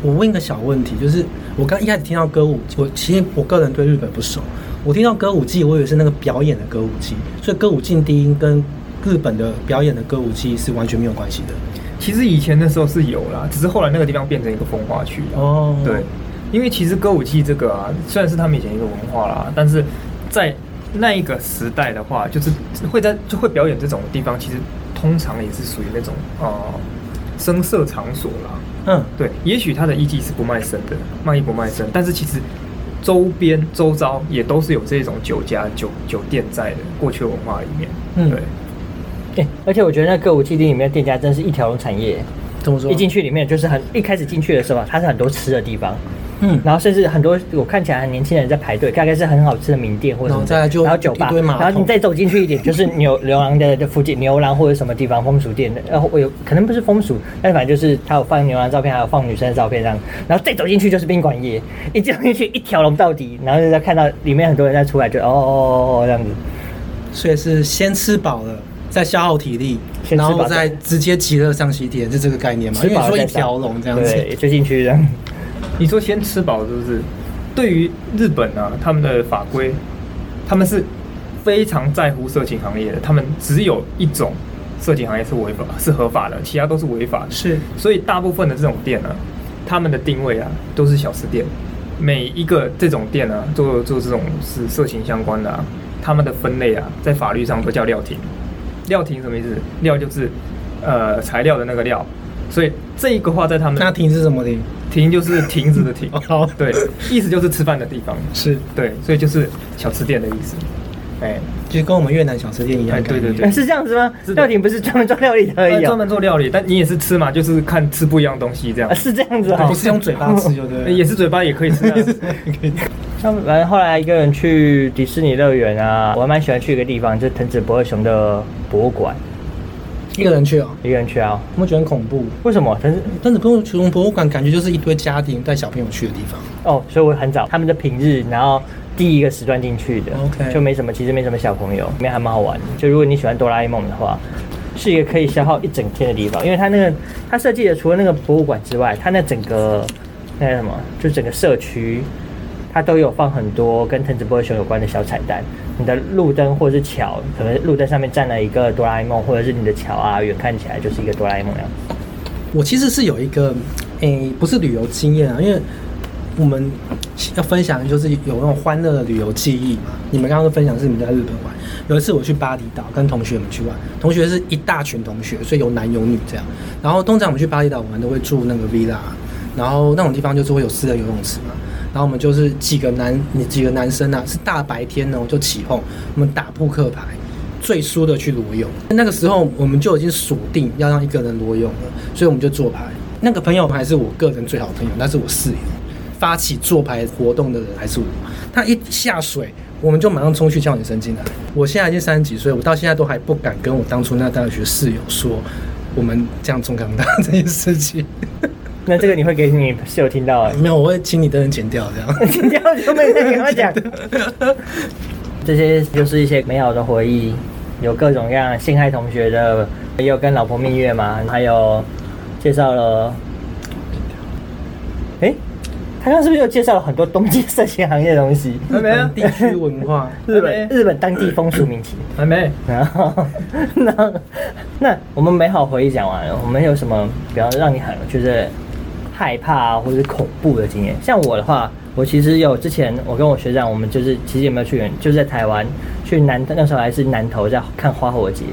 C: 我问一个小问题，就是我刚一开始听到歌舞，我其实我个人对日本不熟，我听到歌舞伎，我以为是那个表演的歌舞伎，所以歌舞伎低音跟日本的表演的歌舞伎是完全没有关系的。
B: 其实以前的时候是有啦，只是后来那个地方变成一个风化区了。
C: 哦
B: 对，因为其实歌舞伎这个啊，虽然是他们以前一个文化啦，但是在那一个时代的话，就是会在就会表演这种地方，其实通常也是属于那种呃声色场所啦。
C: 嗯，
B: 对，也许它的艺伎是不卖身的，卖艺不卖身，但是其实周边周遭也都是有这种酒家、酒酒店在的过去文化里面。
C: 嗯
B: 对，
A: 欸而且我觉得那歌舞伎町里面的店家真是一条龙产业，
C: 怎么说
A: 一？进去里面就是很一开始进去的时候啊，它是很多吃的地方，
C: 嗯，
A: 然后甚至很多我看起来很年轻人在排队，大概是很好吃的名店或者什么的
C: 然后再来就
A: 然后酒吧，
C: 一堆马桶
A: 然后你再走进去一点，就是牛 牛郎的的附近，牛郎或者什么地方风俗店的，然后我有可能不是风俗，但反正就是他有放牛郎照片，还有放女生的照片这样，然后再走进去就是宾馆业，一进进去一条龙到底，然后就在看到里面很多人在出来就哦哦哦哦这样子，
C: 所以是先吃饱了。再消耗体力，
A: 先吃
C: 然
A: 饱
C: 后再直接极乐上西天，是这个概念嘛？
A: 吃
C: 因为
A: 饱
C: 你
A: 了
C: 说
A: 再
C: 一
A: 上
C: 条龙这样子，
A: 对，就进去 这样。
B: 你说先吃饱是不是？对于日本啊，他们的法规，他们是非常在乎色情行业的，他们只有一种色情行业是违法是合法的，其他都是违法的。
C: 是
B: 所以大部分的这种店呢、啊他们的定位啊都是小吃店，每一个这种店呢、啊做做这种是色情相关的、啊，他们的分类啊，在法律上都叫料亭。料亭什么意思？料就是呃材料的那个料，所以这一个话在他们
C: 那停是什么停？，
B: 亭就是亭子的亭
C: 哦
B: 对，意思就是吃饭的地方，
C: 是，
B: 对，所以就是小吃店的意思，哎、
C: 就跟我们越南小吃店一样
B: 哎
C: 的概
B: 对
C: 念。
B: 对对
A: 哎是这样子吗？
B: 是的
A: 料理不是专门做料理的而已、
B: 呃专
A: 哦，
B: 门做料理，但你也是吃嘛，就是看吃不一样东西这样
A: 啊， 是这样子啊、
C: 不是用嘴巴吃就对 了。
B: 也是嘴巴也可以吃、啊，
A: 他们反呃正后来一个人去迪士尼乐园啊，我还蛮喜欢去一个地方，就是藤子不二雄的博物馆，
C: 一个人去哦，
A: 一个人去啊。
C: 我觉得很恐怖。
A: 为什么藤子？
C: 但是不用熊博物馆，感觉就是一堆家庭带小朋友去的地方。
A: 哦，所以我很早，他们的平日，然后第一个时段进去的
C: OK
A: 就没什么，其实没什么小朋友，里面还蛮好玩的。就如果你喜欢哆啦 A 梦的话，是一个可以消耗一整天的地方，因为它那个它设计的除了那个博物馆之外，它那整个那叫什么，就整个社区。它都有放很多跟藤子不二雄有关的小彩蛋，你的路灯或者是桥，可能路灯上面站了一个哆啦 A 梦，或者是你的桥啊，远看起来就是一个哆啦 A 梦样子。
C: 我其实是有一个，诶、不是旅游经验啊，因为我们要分享就是有那种欢乐的旅游记忆嘛。你们刚刚都分享是你们在日本玩，有一次我去巴厘岛跟同学们去玩，同学是一大群同学，所以有男有女这样。然后通常我们去巴厘岛玩都会住那个 villa，然啊后那种地方就是会有私人游泳池嘛。然后我们就是几个男，几个男生啊，是大白天呢，我就起哄，我们打扑克牌，最输的去裸泳。那个时候我们就已经锁定要让一个人裸泳了，所以我们就做牌。那个朋友还是我个人最好的朋友，那是我室友。发起做牌活动的人还是我，他一下水，我们就马上冲去叫女生进来。我现在已经三十几岁，我到现在都还不敢跟我当初那大学室友说我们这样中港大这件事情。
A: 那这个你会给你室友听到、欸，
C: 没有，我会请你的人剪掉这样。
A: 你这样就没人跟他讲。 这些就是一些美好的回忆，有各种各样陷害同学的，也有跟老婆蜜月嘛，还有介绍了，诶，他刚刚是不是又介绍了很多东京色情行业的东西？
B: 还没啊
C: 地区文化，
A: 日本日本当地风俗民情，
B: 还没。
A: 然后那那我们美好回忆讲完了，我们有什么比方让你很就是害怕啊，或者是恐怖的经验？像我的话，我其实有之前我跟我学长，我们就是其实也没有去远，就是在台湾去南那时候还是南投在看花火节，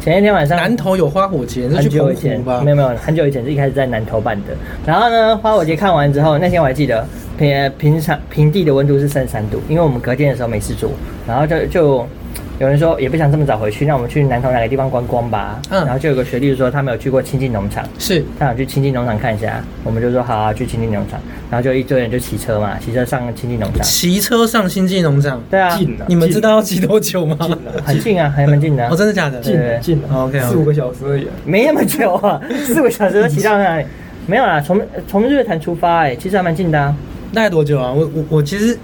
A: 前一天晚上
C: 南投有花火节，你
A: 很
C: 是去
A: 久
C: 澎
A: 以前
C: 湖吧
A: 没？有没有，很久以前是一开始在南投办的。然后呢，花火节看完之后，那天我还记得平呃平常平地的温度是三十三度，因为我们隔天的时候没事做，然后就就有人说也不想这么早回去，那我们去南投哪个地方观光吧。
C: 嗯
A: 然后就有个学弟说他没有去过亲近农场，
C: 是
A: 他想去亲近农场看一下，我们就说好啊，去亲近农场。然后就一堆人就骑车嘛，骑车上亲近农场。
C: 骑车上新进农场，
A: 对啊，
B: 近啊
C: 你们知道要骑多久吗？
A: 很近啊，还蛮近的、啊
C: 哦，。真的假的？
A: 近对
B: 近
C: 哦，OK，
B: 四五个小时而已啊。
A: 没那么久 啊，四个小时都骑到那里。没有啦，从从日月潭出发、哎，其实还蛮近的、啊。
C: 大概多久啊？我我我其实，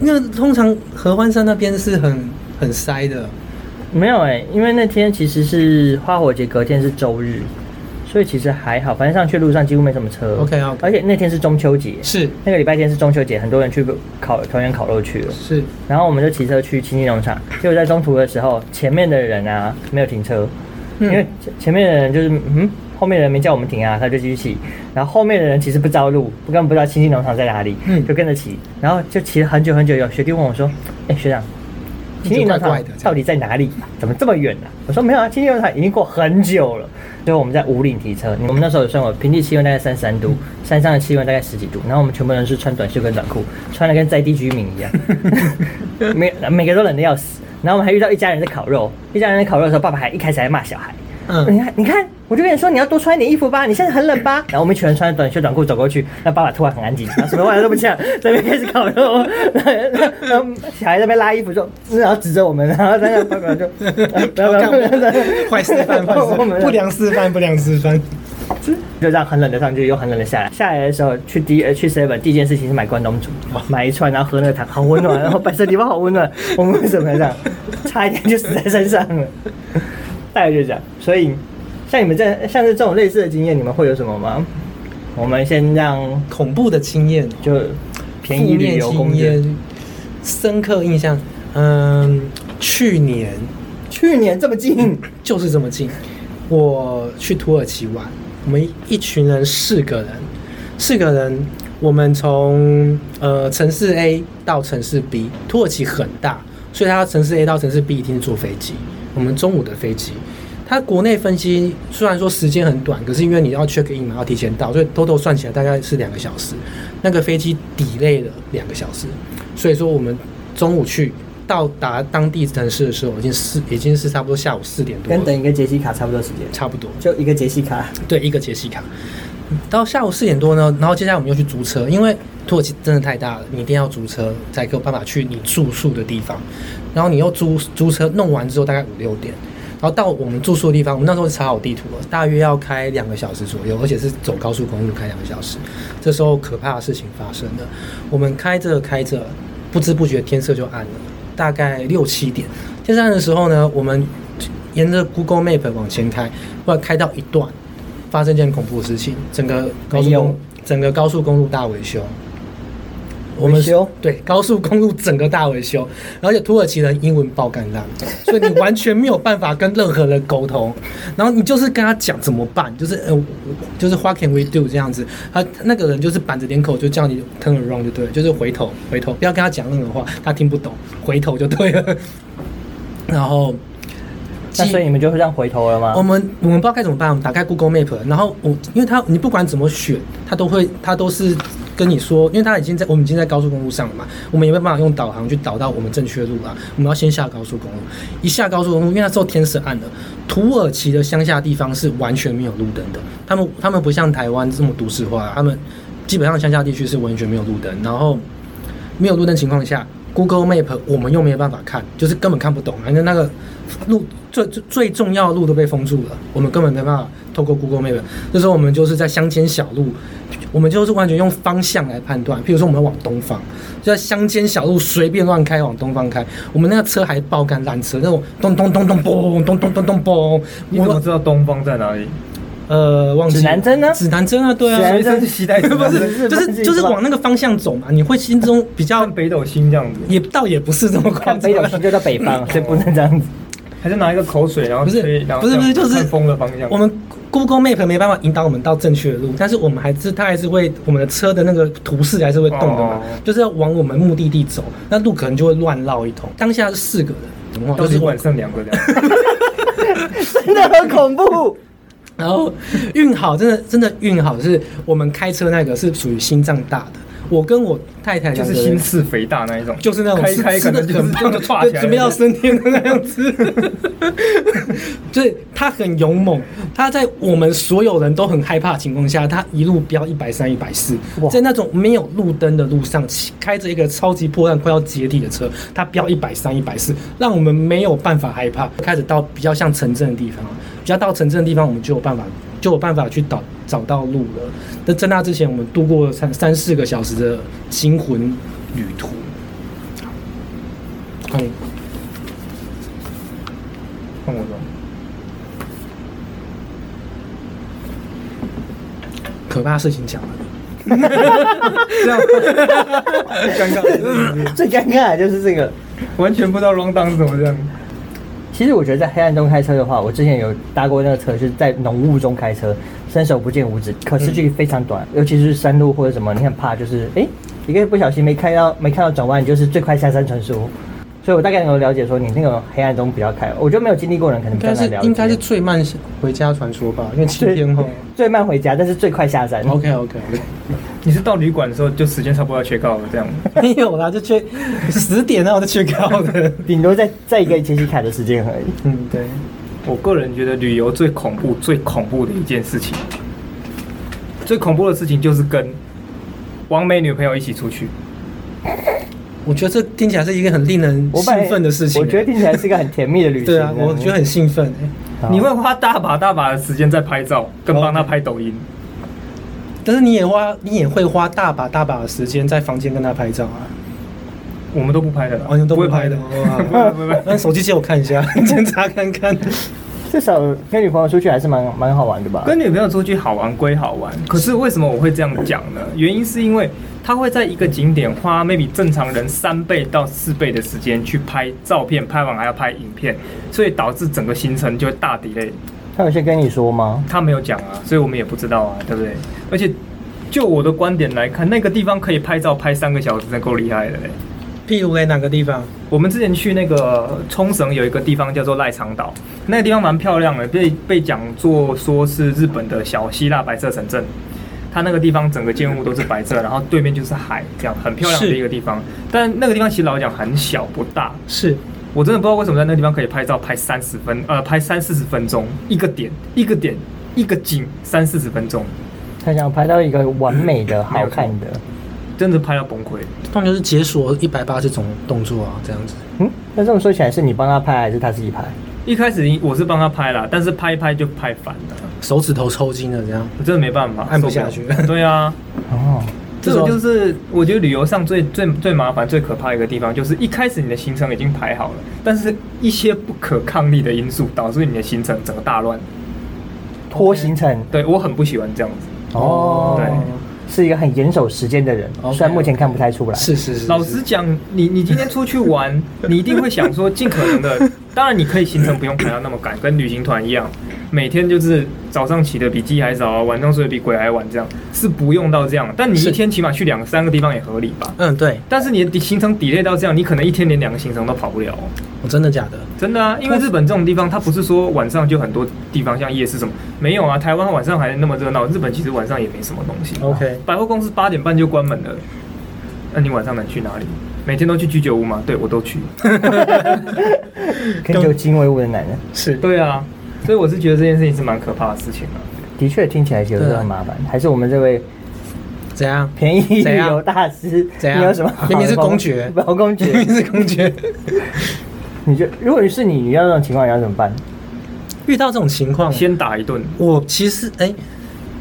C: 因为通常合欢山那边是很很塞的，
A: 没有哎、因为那天其实是花火节，隔天是周日，所以其实还好，反正上去路上几乎没什么车。
C: OK，OK
A: 而且那天是中秋节，
C: 是
A: 那个礼拜天是中秋节，很多人去烤团圆烤肉去了。
C: 是，
A: 然后我们就骑车去亲近农场，结果在中途的时候，前面的人啊没有停车，
C: 嗯
A: 因为前前面的人就是嗯，后面的人没叫我们停啊，他就继续骑。然后后面的人其实不知道路，不根本不知道亲近农场在哪里，
C: 嗯
A: 就跟着骑，然后就骑了很久很久。有学弟问我说：“哎、学长，亲近农
C: 怪
A: 场
C: 怪的这样
A: 到底在哪里？怎么这么远呢、啊？”我说：“没有啊，亲近农场已经过很久了。”最后我们在五岭提车，我们那时候有算过，平地气温大概三三度，山上的气温大概十几度，然后我们全部人是穿短袖跟短裤，穿的跟在地居民一样。 每每个都冷得 要死。然后我们还遇到一家人在烤肉，一家人在烤肉的时候，爸爸还一开始还骂小孩，
C: 嗯
A: 你看你看，我就跟你说你要多穿一点衣服吧，你现在很冷吧？然后哎我们一群人穿短袖短裤走过去，那爸爸突然很安静，然后什么话都不 讲，在那边开始烤肉， 然后小孩在那边拉衣服说，嗯然后指着我们，然后在那爸爸就，然后然后
C: 坏示范，坏示
A: 我们
C: 范，不良示范，不良示范。
A: 就这样很冷的上去，又很冷的下来。下来的时候去 D 呃去 Seven 第一件事情是买关东煮，买一串，然后喝那个汤，好温暖。然后白色地方好温暖，我们为什么要这样？差一点就死在山上了。大概就这样。所以像你们这像是这种类似的经验，你们会有什么吗？我们先让
C: 恐怖的经验，哦
A: 就便宜旅
C: 负面
A: 游攻
C: 经
A: 略。
C: 验，深刻印象。嗯，去年
A: 去年这么近，
C: 就是这么近，我去土耳其玩，我们一群人四个人，四个人，我们从呃城市 A 到城市 B，土耳其很大，所以它城市 A 到城市 B 一定是坐飞机，我们中午的飞机。它国内分机虽然说时间很短，可是因为你要 check in 嘛，要提前到，所以 total 算起来大概是两个小时。那个飞机 delay 了两个小时，所以说我们中午去到达当地城市的时候，已经是已经是差不多下午四点多了，
A: 跟等一个杰西卡差不多时间，
C: 差不多。
A: 就一个杰西卡。
C: 对，一个杰西卡。到下午四点多呢，然后接下来我们又去租车，因为土耳其真的太大了，你一定要租车才有办法去你住宿的地方。然后你又租租车，弄完之后大概五六点，然后到我们住宿的地方，我们那时候查好地图了，大约要开两个小时左右，而且是走高速公路开两个小时。这时候可怕的事情发生了，我们开着开着，不知不觉天色就暗了，大概六七点。天色暗的时候呢，我们沿着 Google Map 往前开，突然开到一段，发生一件恐怖的事情，整个高速
A: 没有
C: 公路整个高速公路大维修。我
A: 维
C: 们
A: 修
C: 对高速公路整个大维修，而且土耳其人英文爆干烂， 所以你完全没有办法跟任何人沟通，然后你就是跟他讲怎么办，就是呃，我就是 what can we do 这样子，他那个人就是板着脸口就叫你 turn around 就对了，就是回头回头，不要跟他讲任何话，他听不懂，回头就对了。 然后，
A: 那所以你们就会这样回头了吗？
C: 我们我们不知道该怎么办，我们打开 Google Map，然后我因为它你不管怎么选，它都会它都是跟你说，因为它已经在我们已经在高速公路上了嘛，我们也没办法用导航去导到我们正确的路啊，我们要先下高速公路，一下高速公路，因为那时候天色暗了，土耳其的乡下地方是完全没有路灯的，他们他们不像台湾这么都市化，他们基本上乡下地区是完全没有路灯，然后没有路灯情况下，Google Map 我们又没有办法看，就是根本看不懂，反正那个路最最最重要的路都被封住了，我们根本没办法透过 Google Map。这时候我们就是在乡间小路，我们就是完全用方向来判断，譬如说我们往东方，就在乡间小路随便乱开往东方开，我们那个车还爆干烂车，那种咚咚咚咚嘣咚咚咚咚嘣，
B: 你怎么
C: 我
B: 知道东方在哪里？
C: 呃忘记
A: 指南针呢
C: 指南针啊，对
A: 指
C: 啊
A: 南。
B: 随身携带指南
A: 不
B: 针，
A: 是
C: 就是就是往那个方向走嘛，你会心中比较
B: 像北斗星这样子，
C: 也倒也不是这么夸
A: 看
C: 张啊
A: 北，斗星就到北方，所以不能这样子。
B: 还是拿一个口水，然后
C: 不是
B: 吹，然后
C: 不是不是就是
B: 看风的方向。
C: 我们 Google Map 没办法引导我们到正确的路，但是我们还是它还是会我们的车的那个图示还是会动的嘛
B: 哦，
C: 就是要往我们目的地走，那路可能就会乱绕一通。当下是四个人，哇
B: 到
C: 就是
B: 底
C: 我
B: 晚，上两个这样。
A: 真的很恐怖。
C: 然后运好，真的真的运好，是我们开车那个是属于心脏大的，我跟我太太
B: 就
C: 两
B: 是
C: 个人
B: 心室肥大那一种，
C: 就是那种
B: 开开可能就是
C: 真
B: 就
C: 的
B: 就岔
C: 就
B: 起来了，
C: 准备要升天的那样子。 就是他很勇猛，他在我们所有人都很害怕的情况下，他一路飙一百三、一百四
A: 哇，
C: 在那种没有路灯的路上，骑开着一个超级破烂、快要解体的车，他飙一百三、一百四，让我们没有办法害怕。开始到比较像城镇的地方，比较到城镇的地方，我们就有办法。就有办法去找找到路了。那在那之前，我们度过了三三四个小时的惊魂旅途。嗯，
B: 看我说，
C: 可怕的事情讲了。
B: 这样尴 尬，
A: 最尴尬的就是这个。
B: 完全不知道 round down 是怎么这样。
A: 其实我觉得在黑暗中开车的话，我之前有搭过那个车，是在浓雾中开车，伸手不见五指，可是距离
C: 嗯
A: 非常短，尤其是山路或者什么，你很怕就是哎，一个不小心没开到没看到转弯，你就是最快下山传输。所以我大概能够了解说你那个黑暗中比较开，我觉得没有经历过的人可能
C: 应
A: 比较
C: 该
A: 难
C: 是
A: 了解。
C: 应该是最慢回家传说吧，因为七
A: 最
C: 天后。
A: 最慢回家，但是最快下山。
C: OK OK OK，
B: 你是到旅馆的时候就时间差不多要 check out 了这 样，
C: 没有啦，就去十点那我就去高的。
A: 顶多在在一个杰西卡的时间而已。
C: 嗯，对。
B: 我个人觉得旅游最恐怖、最恐怖的一件事情，最恐怖的事情就是跟完美女朋友一起出去。
C: 我觉得这听起来是一个很令人
A: 我本来
C: 兴奋的事情、欸
A: 我觉得听起来是一个很甜蜜的旅行。
C: 对啊，我觉得很兴奋、
A: 好
B: 你会花大把大把的时间在拍照，跟帮她拍抖音。
C: 但是你也花，你也会花大把大把的时间在房间跟他拍照啊，
B: 我哦们都不拍的啦，
C: 完全都
B: 不
C: 不
B: 会
C: 拍
B: 拍
C: 的
B: 的。啊
C: 哇。
B: 不会不会
C: 那手机借我看一下，检查看看。
A: 至少跟女朋友出去还是蛮蛮好玩的吧？
B: 跟女朋友出去好玩归好玩，可是为什么我会这样讲呢？原因是因为她会在一个景点花 maybe 正常人三倍到四倍的时间去拍照片，拍完还要拍影片，所以导致整个行程就会大 delay。
A: 他有先跟你说吗？
B: 她没有讲啊，所以我们也不知道啊，对不对？而且就我的观点来看，那个地方可以拍照拍三个小时，真够厉害的嘞。
C: 譬如嘞，哪个地方？
B: 我们之前去那个冲绳有一个地方叫做赖长岛，那个地方蛮漂亮的，被被讲作说是日本的小希腊白色城镇。它那个地方整个建物都是白色，然后对面就是海，这样很漂亮的
C: 是
B: 一个地方。但那个地方其实老实讲很小不大，
C: 是
B: 我真的不知道为什么在那个地方可以拍照拍三十分，呃，拍三四十分钟一个点一个点一个景三四十分钟，
A: 他想拍到一个完美的、好看的。
B: 真的拍到崩溃。
C: 通常就是解锁一百八十种动作啊，这样子。
A: 嗯，那这么说起来，是你帮他拍还是他自己拍？
B: 一开始我是帮他拍啦，但是拍一拍就拍反了，
C: 手指头抽筋了，这样
B: 我真的没办法，
C: 按不
B: 受了
C: 下去
B: 对啊，
A: 哦，
B: 这种就是我觉得旅游上最最最麻烦、最可怕的一个地方，就是一开始你的行程已经排好了，但是一些不可抗力的因素导致你的行程整个大乱。
A: 拖行程
B: 对我很不喜欢这样子。
A: 哦，
C: 对
A: 是一个很严守时间的人，
C: OK，
A: 虽然目前看不太出来。
C: 是是是是
B: 老实讲，你你今天出去 玩，你一定会想说，尽可能的，当然你可以行程不用排到那么赶，跟旅行团一样，每天就是早上起的比鸡还早啊，晚上睡得比鬼还晚，这样是不用到这样。但你一
C: 是
B: 天起码去两个三个地方也合理吧？
C: 嗯，对，
B: 但是你的行程 delay 到这样，你可能一天连两个行程都跑不了哦、
C: 我真的假的？
B: 真的啊，因为日本这种地方，它不是说晚上就很多地方像夜市什么没有啊，台湾晚上还那么热闹，日本其实晚上也没什么东西。
C: OK
B: 百货公司八点半就关门了，那你晚上能去哪里？每天都去居酒屋吗？对，我都去。
A: 跟酒精为伍的男人，
C: 是
B: 对啊，所以我是觉得这件事情是蛮可怕的事情啊。
A: 的确听起来有时候很麻
C: 啊
A: 烦。还是我们这位
C: 怎样？
A: 便宜
C: 怎
A: 旅
C: 样
A: 游大师，
C: 怎样
A: 你有什么好的方？
C: 明明是公爵
A: 不公
C: 明
A: 爵
C: 明，是公爵。
A: 你就如果是你，你遇到这种情况，你要怎么办？
C: 遇到这种情 况，
B: 先打一顿，
C: 我其实哎、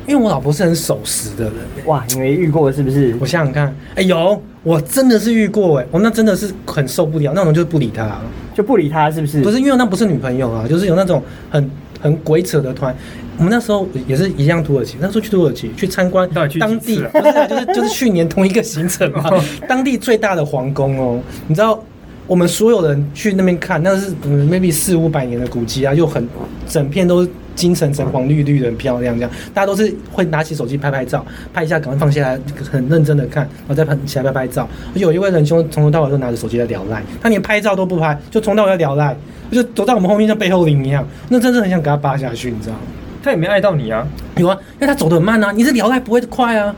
C: 因为我老婆是很守时的人，
A: 哇，你没遇过是不是？
C: 我想想看，哎、有，我真的是遇过哎、我那真的是很受不了，那种就是不理她、
A: 就不理他是不是？
C: 不是因为那不是女朋友啊，就是有那种很很鬼扯的团。我们那时候也是一样土耳其，那时候去土耳其去参观
B: 到底去
C: 当
B: 几
C: 地，
B: 次啊
C: 不是、啊、就是就是去年同一个行程 嘛，当地最大的皇宫哦，你知道。我们所有人去那边看，那是嗯 maybe 四五百年的古迹啊，又很整片都是金橙橙黄绿绿的，很漂亮。这样大家都是会拿起手机拍拍照，拍一下赶快放下来，很认真的看，然后再拍起来拍拍照。有一位仁兄从头到尾都拿着手机在聊赖，他连拍照都不拍，就从头到尾在聊赖，就走在我们后面像背后灵一样，那真的很想给他扒下去，你知道吗？
B: 他也没爱到你啊。
C: 有啊，因为他走得很慢啊，你是聊赖不会快啊。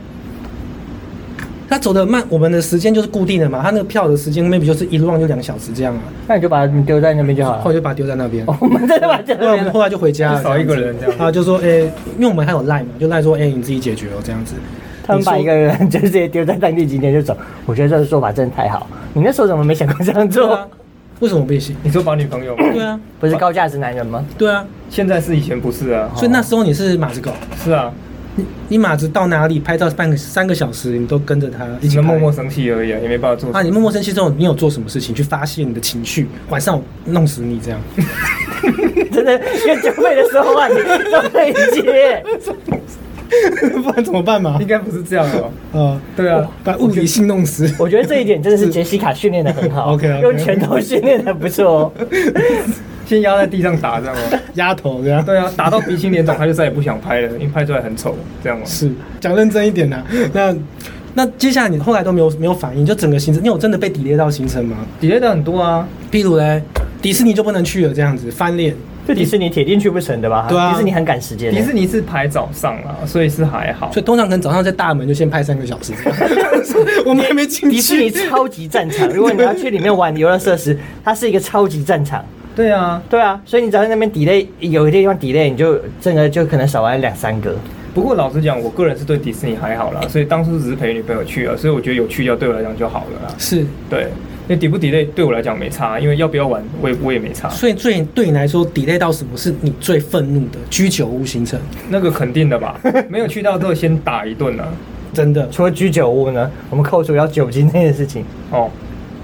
C: 他走得很慢，我们的时间就是固定的嘛，他那个票的时间 maybe 就是一路上就两小时这样啊。
A: 那你就把你丢在那边就好
C: 后
A: 了。
C: 来就把它丢在那边。
A: 哦我们真的把这
C: 后来我们后来就回家了，
B: 啊就少一个人这样
C: 他就说，哎、因为我们还有赖嘛，就赖说，哎、你自己解决哦，这样子。
A: 他们把
C: 你说
A: 一个人就直接丢在当地景点就走，我觉得这个做法真的太好。你那时候怎么没想过这样
C: 对
A: 做
C: 啊？，为什么不行？
B: 你说把女朋友吗？
C: 对啊，
A: 不是高价值男人吗？
C: 对啊，
B: 现在是以前不是啊，
C: 所以那时候你是马子狗，
B: 是啊，
C: 你你马子到哪里拍照半个三个小时，你都跟着他一
B: 只
C: 起
B: 能
C: 拍
B: 默默生气而已啊，也没办法做什么。
C: 啊，你默默生气之后，你有做什么事情去发泄你的情绪？晚上我弄死你 这样，
A: 真的跟长辈的说话你都可以接，
C: 不然怎么办嘛
B: 应？该不是这样哦。
C: 啊，
B: 对啊，
C: 把物理性弄死。
A: 我觉得这一点真的是杰西卡训练的很好
C: OK，OK
A: 用拳头训练的不错 哦。
B: 先压在地上打这样哦吗？
C: 丫头这样。
B: 对啊，打到鼻青脸肿，他就再也不想拍了，因为拍出来很丑，这样吗？
C: 是讲认真一点呐、那那接下来你后来都没有没有反应，就整个行程，你有真的被抵列到行程吗？
B: 底下的很多啊，
C: 譬如嘞，迪士尼就不能去了，这样子翻脸。
A: 这迪士尼铁定去不成的吧？
C: 对啊
A: 迪士尼很赶时间欸。
B: 迪士尼是排早上啦，所以是还好
C: 所。以通常可能早上在大门就先拍三个小时这 样，我们还没进去。
A: 迪士尼超级战场，如果你要去里面玩游乐设施，它是一个超级战场，
B: 对啊，
A: 对啊，所以你只要在那边 delay，有一个地方 delay，你就整个就可能少玩两三个。
B: 不过老实讲，我个人是对迪士尼还好啦，
C: 哎
B: 所以当初只是陪女朋友去啊，所以我觉得有去掉对我来讲就好了啦。
C: 是，
B: 对，那抵不抵赖对我来讲没差，因为要不要玩我也我也没差。
C: 所以最对你来说，delay 到什么是你最愤怒的居酒屋行程？
B: 那个肯定的 吧，没有去到之后先打一顿呢、啊
C: 真的，
A: 除了居酒屋呢，我们扣除掉酒精这件事情，
B: 哦，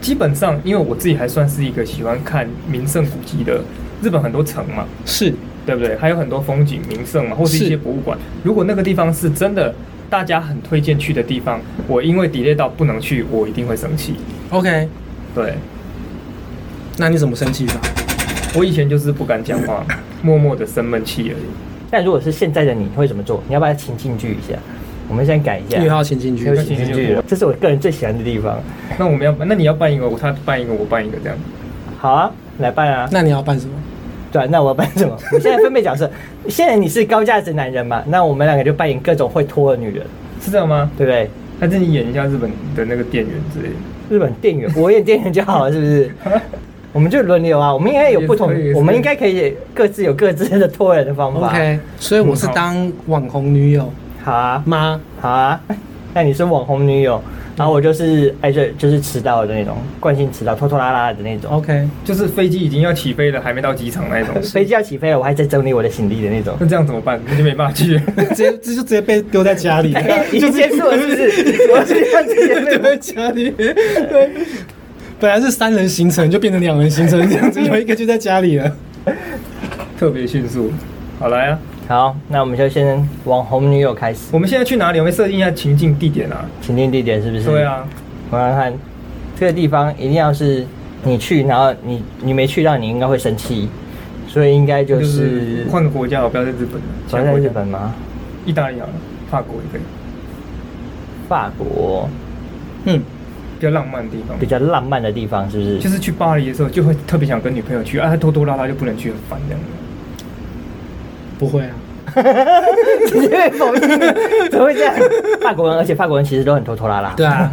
B: 基本上因为我自己还算是一个喜欢看名胜古迹的，日本很多城嘛，
C: 是
B: 对不对？还有很多风景名胜嘛，或是一
C: 是
B: 些博物馆。如果那个地方是真的大家很推荐去的地方，我因为 delay 到不能去，我一定会生气。
C: OK。
B: 对
C: 那你怎么生气法？
B: 我以前就是不敢讲话，默默的生闷气而已。
A: 但如果是现在的你会怎么做？你要不要情境剧一下？我们先改一下。
C: 六号请进去
A: 又，情境剧了，这是我个人最喜欢的地方。
B: 那我们要，那你要办一个，我他办一个，我办一个这样。
A: 好啊，来办啊！
C: 那你要办什么？
A: 对啊，那我要扮什 么？我现在分配角色，现在你是高价值男人嘛？那我们两个就扮演各种会拖的女人，
B: 是这样吗？
A: 对不对？
B: 还是你演一下日本的那个店员之类的？
A: 日本店员，我演店员就好了，是不是？我们就轮流啊，我们应该有不同
B: 也是也，是
A: 我们应该可以各自有各自的拖人的方法。
C: OK，所以我是
B: 嗯好
C: 当网红女友
A: 好啊，
C: 吗？
A: 好啊。 那你是网红女友，然后我就是哎，就就是迟到的那种，惯性迟到，拖拖拉拉的那种。
C: OK，
B: 就是飞机已经要起飞了，还没到机场那一种。
A: 飞机要起飞了，我还在整理我的行李的那 种。
B: 那这样怎么办？那就没办法去。
C: 直接这就直接被丢在 家里，
A: 哎已经结束了，是不是？我是要直接被
C: 丢在 家里。对，本来是三人行程，就变成两人行程，这样子有一个就在家里了。
B: 特别迅速。好来啊，
A: 好，那我们就先往红女友开始，
B: 我们现在去哪里？我们设定一下情境地点啊。
A: 情境地点是不是？
B: 对，啊，
A: 我想想看，这个地方一定要是你去，然后你你没去到，你应该会生气，所以应该就
B: 就是
A: 是
B: 换个国家，我不要在日本了，其
A: 想
B: 他
A: 在
B: 国
A: 日
B: 家
A: 本吗？
B: 意大利好了，法国也可以，
A: 法国
C: 嗯，
B: 比较浪漫的地方
A: 比。较浪漫的地方是不是？
B: 就是去巴黎的时候，就会特别想跟女朋友去，啊，拖拖拉拉就不能去，很烦这样子。
C: 不会啊，
A: 直接被否定， 怎么会这样？法国人，而且法国人其实都很拖拖拉拉。
C: 对啊。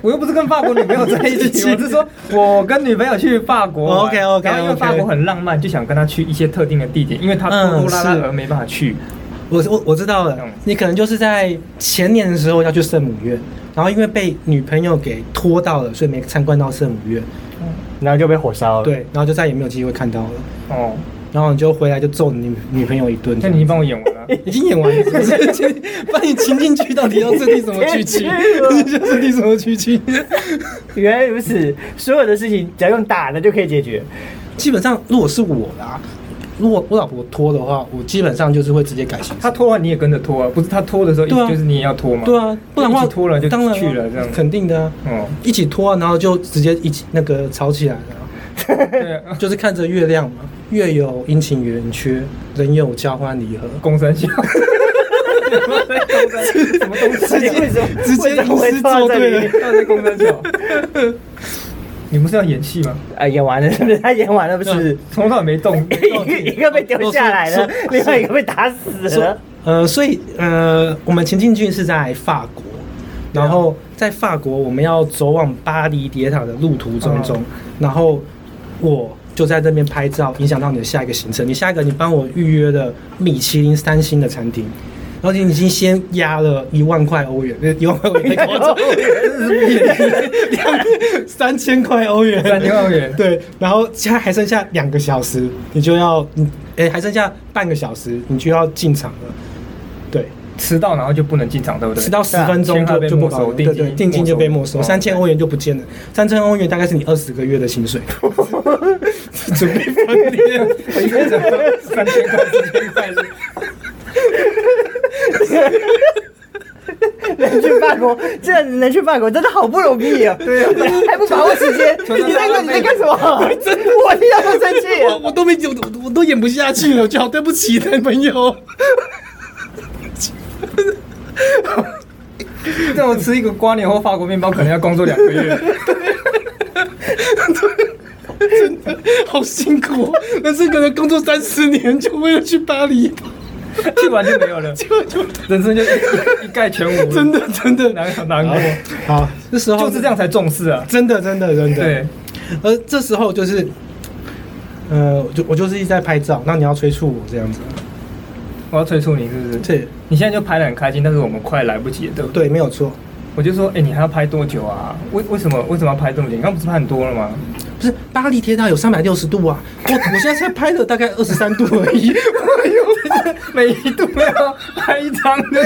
B: 我又不是跟法国女朋友在 一起，
C: 是
B: 我是说我跟女朋友去法国玩。
C: 哦 OK，OK，OK
B: 然后因为法国很浪漫，就想跟她去一些特定的地点，因为她拖拖拉
C: 嗯是
B: 拉而没办法去。
C: 我我我知道了
B: 嗯，
C: 你可能就是在前年的时候要去圣母院，然后因为被女朋友给拖到了，所以没参观到圣母院，
A: 然后就被火烧了。，
C: 对，然后就再也没有机会看到了，
B: 哦，
C: 然后你就回来就揍你女女朋友一顿。
B: 那你已经帮我演 完了。啊
C: 已经演完了，是不是？情把你情境剧到底要设定什么剧情？你就设定什么剧情？
A: 原来如此，所有的事情只要用打的就可以解决。
C: 基本上，如果是我啦，如果我老婆拖的话，我基本上就是会直接改行程。
B: 他拖完你也跟着拖啊，不是他拖的时候，
C: 对啊
B: 就是你也要拖嘛。
C: 对啊，不然的
B: 一
C: 话
B: 起拖了就
C: 当然啊
B: 去了这样
C: 肯定的啊，
B: 哦，
C: 一起拖啊，然后就直接一起那个吵起来了啊。
B: 对啊，
C: 就是看着月亮嘛，月有阴晴圆缺，人有交欢离合。
B: 公三小，什么东
A: 直接
B: 西？
C: 啊
A: 为什么
C: 直接
A: 为什么
C: 吟
A: 会
C: 诗
A: 放
C: 作
A: 在
C: 对
A: 这里
C: 了
B: 到底公三小？你不是要演戏吗？
A: 啊，演完了是不是？他演完了不是？
B: 从头到尾没动，
A: 一个 一个被丢下来了
C: 哦是，
A: 另外一个被打死
C: 所以
A: 了。
C: 呃，所以呃，我们情境剧是在法国，
B: 对啊
C: 然后在法国我们要走往巴黎铁塔的路途中中，
B: 嗯
C: 然后我就在这边拍照，影响到你的下一个行程。你下一个你帮我预约的米其林三星的餐厅。然后你已经先压了一万块欧元，呃一万块欧 元太夸张了，两三千块欧元，
B: 三千欧元
C: 对，然后现在还剩下两个小时，你就要，嗯，哎，还剩下半个小时，你就要进场了。对，
B: 迟到然后就不能进场，对不对？
C: 迟到十分钟
B: 签号
C: 就
B: 被
C: 就不
B: 没
C: 保
B: 收，
C: 留，对对，定金就被没收，三千
B: 欧。
C: 欧元就不见了。三千欧元大概是你二十个月的薪 水，准备分裂。
B: 我一开始说三千块，四千块是
A: 能去法国，这能去法国真的好不容易啊！对啊，还不把握时间， 你在干你在干什么？ 我听到都生气
C: 我
A: 了。
C: 我都没我我我都演不下去了，我就好对不起男朋友。
B: 这种吃一个瓜牛或法国面包，可能要工作两个月。
C: 好辛苦、哦，但是可能工作三十年就为了去巴黎，
B: 去完就没有了，
C: 就就
B: 人生就一一概全无。
C: 真的真的
B: 难难过，
C: 好，这时候
B: 就是这样，才重视啊。
C: 真的真的真的。
B: 对，
C: 而这时候就是呃，我就我就是一直在拍照，那你要催促我这样子，
B: 我要催促你是不是？
C: 对
B: 你现在就拍得很开心，但是我们快来不及了，对不对？
C: 对，没有错。
B: 我就说，哎、你还要拍多久啊？为为什么为什么要拍这么久？你刚不是拍很多了吗？
C: 不是巴黎铁塔有三百六十度啊，我我现在才拍了大概二十三度而已。
B: 哎呦，每一度要拍一张的，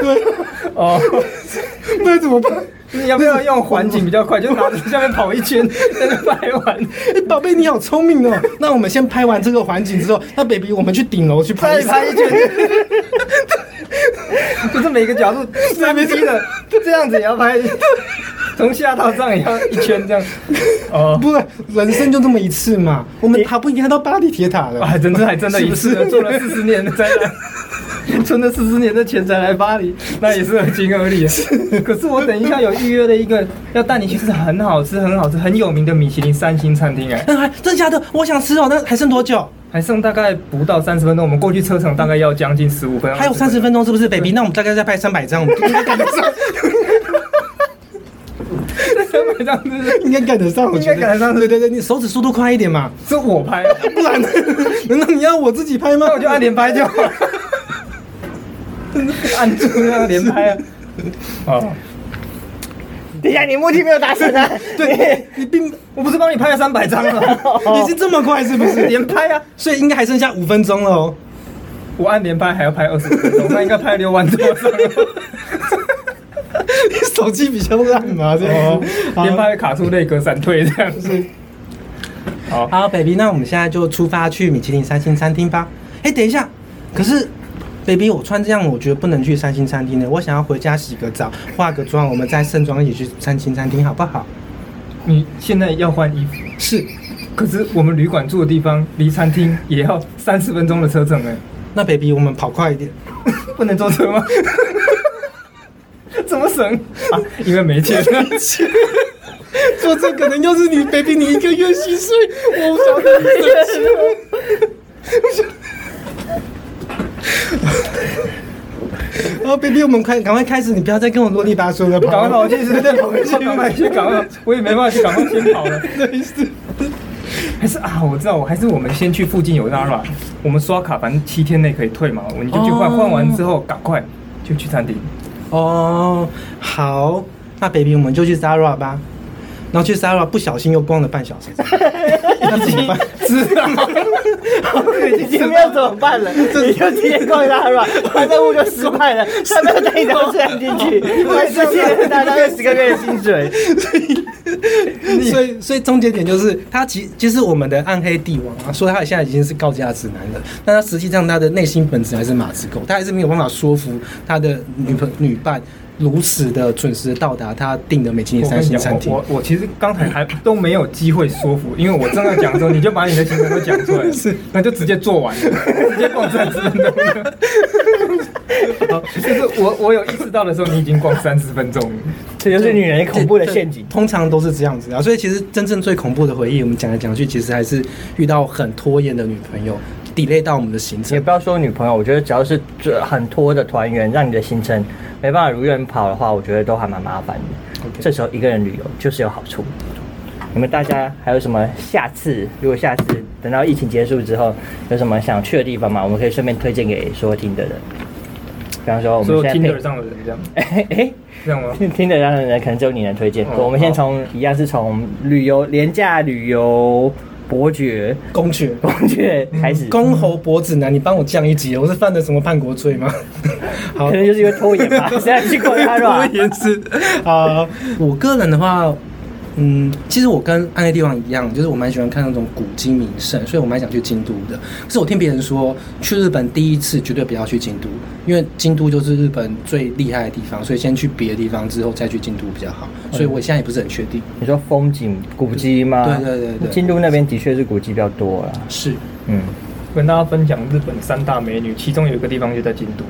C: 对，
B: 哦，
C: 那怎么办？
B: 你要不要用环景比较快？就拿着下面跑一圈，在那拍完。
C: 哎，宝贝，你好聪明哦。那我们先拍完这个环景之后，那 baby，我们去顶楼去拍
B: 再
C: 一
B: 拍一
C: 次
B: 圈，就是每个角度三 D 的，这样子也要拍，从下到上也要一圈这样。哦，
C: 不是，人生就这么一次嘛，我们塔不应该到巴黎铁塔了。
B: 啊还真的还真的一次
C: 是不是
B: 做了四十年的灾难， 存了四十年的钱才来巴黎，那也是合情合理。啊 可是我等一下有预约的一个要带你去吃很好吃、很好吃、很有名的米其林三星餐厅，哎，
C: 那还真假的？我想吃哦，那还剩多久？
B: 还剩大概不到三十分钟，我们过去车程大概要将近十五分，
C: 还有三十分钟是不是，baby？那我们大概再拍三百张，我们应该赶得上，
B: 三 百张，是不是
C: 应该赶得上，我觉得
B: 应该赶得上
C: 对对对，你手指速度快一 点嘛，
B: 是我拍，
C: 不然呢 难道你要我自己拍吗
B: 那？我就按连拍就好了，按住那个连 拍啊。哦，
A: 等一下，你目的没有达成啊！
C: 对，你并
B: 我不是帮你拍了三百张 吗？
C: 你是这么快是不是？
B: 连拍啊，
C: 所以应该还剩下五分钟了哦。
B: 我按连拍还要拍二十分钟，那应该拍六万多张
C: 你手机比较烂嘛，这样
B: 哦
C: 子。，
B: 连拍卡住内格闪退这样子。好，
C: 好，baby，那我们现在就出发去米其林三星餐厅吧。哎，等一下，可是，baby，我穿这样，我觉得不能去三星餐厅的。我想要回家洗个澡，化个妆，我们再盛装一起去三星餐厅，好不好？
B: 你现在要换衣服，
C: 是。
B: 可是我们旅馆住的地方离餐厅也要三十分钟的车程哎、
C: 那 baby，我们跑快一点。
B: 不能坐车吗？ 怎么省啊？因为没钱。
C: 做这可能又是你 baby，你一个月薪水，我想得你生气了。我想，啊，baby，我们快赶快开始，你不要再跟我啰里吧嗦了，
B: 赶快跑去，
C: 是
B: 赶快去，赶快去，赶快！我也没办法去，赶快先跑了。
C: 对是。
B: 还是啊，我知道，我还是我们先去附近有 Zara，我们刷卡，反正七天内可以退嘛，我们就去换，
C: 哦
B: 换完之后赶快就去餐厅。
C: 哦，好，那 baby，我们就去 Zara 吧。然后去 Zara 不小心又逛了 半小时，那怎么办？
B: 知道，
A: 已经没有怎么办了，你就直接逛大软，他任务就失败了，他没有带你到这样进去，他失去了大概十个月的薪 水。
C: 所以，所以终结点就是，他其其实我们的暗黑帝王啊，说他现在已经是高价值男了，但他实际上他的内心本质还是马子狗，他还是没有办法说服他的女朋女伴如此的准时地到达他订的美其林
B: 我跟
C: 三
B: 你
C: 星
B: 讲我
C: 餐，厅。
B: 我我其实刚才还都没有机会说服，因为我正要讲的时候，你就把你的行程都讲出来，
C: 是，
B: 那就直接做完了，直接逛三十分钟了。 就是我我有意识到的时候，你已经逛三十分钟了。
A: 这就是女人恐怖的陷阱
C: 对。通常都是这样子啊。所以其实真正最恐怖的回忆，我们讲来讲去，其实还是遇到很拖延的女朋友，delay 到我们的行
A: 也
C: 程。
A: 不要说女朋友，我觉得只要是这很拖的团员，让你的行程没办法如愿跑的话，我觉得都还蛮麻烦的。
C: OK
A: 这时候一个人旅游就是有好处。你们大家还有什么下次？如果下次等到疫情结束之后，有什么想去的地方吗？我们可以顺便推荐给所有听的人。比方说，我
B: 所
A: 们
B: 有
A: 现在
B: Tinder
A: 配
B: 哦上的人这样，
A: 哎哎，
B: 这样吗？
A: 听得让人可能只有你能推荐。
B: 哦
A: 我们先从一样是从旅游廉价旅游伯爵
C: 公爵，
A: 伯爵开始，
C: 嗯公侯伯子男，你帮我降一级，我是犯了什么叛国罪吗？ 好
A: 可，能就是因为拖延 吧。现在去过他是吧？
C: 延迟啊！我个人的话，嗯，其实我跟暗黑帝王一样，就是我蛮喜欢看那种古今名胜，所以我蛮想去京都的。可是我听别人说，去日本第一次绝对不要去京都，因为京都就是日本最厉害的地方，所以先去别的地方之后再去京都比较好。所以我现在也不是很确定。
A: 你说风景古迹吗？
C: 对对对对
A: 京都那边的确是古迹比较多啦。
C: 是
A: 嗯，
B: 跟大家分享日本三大美女，其中有一个地方就在京都，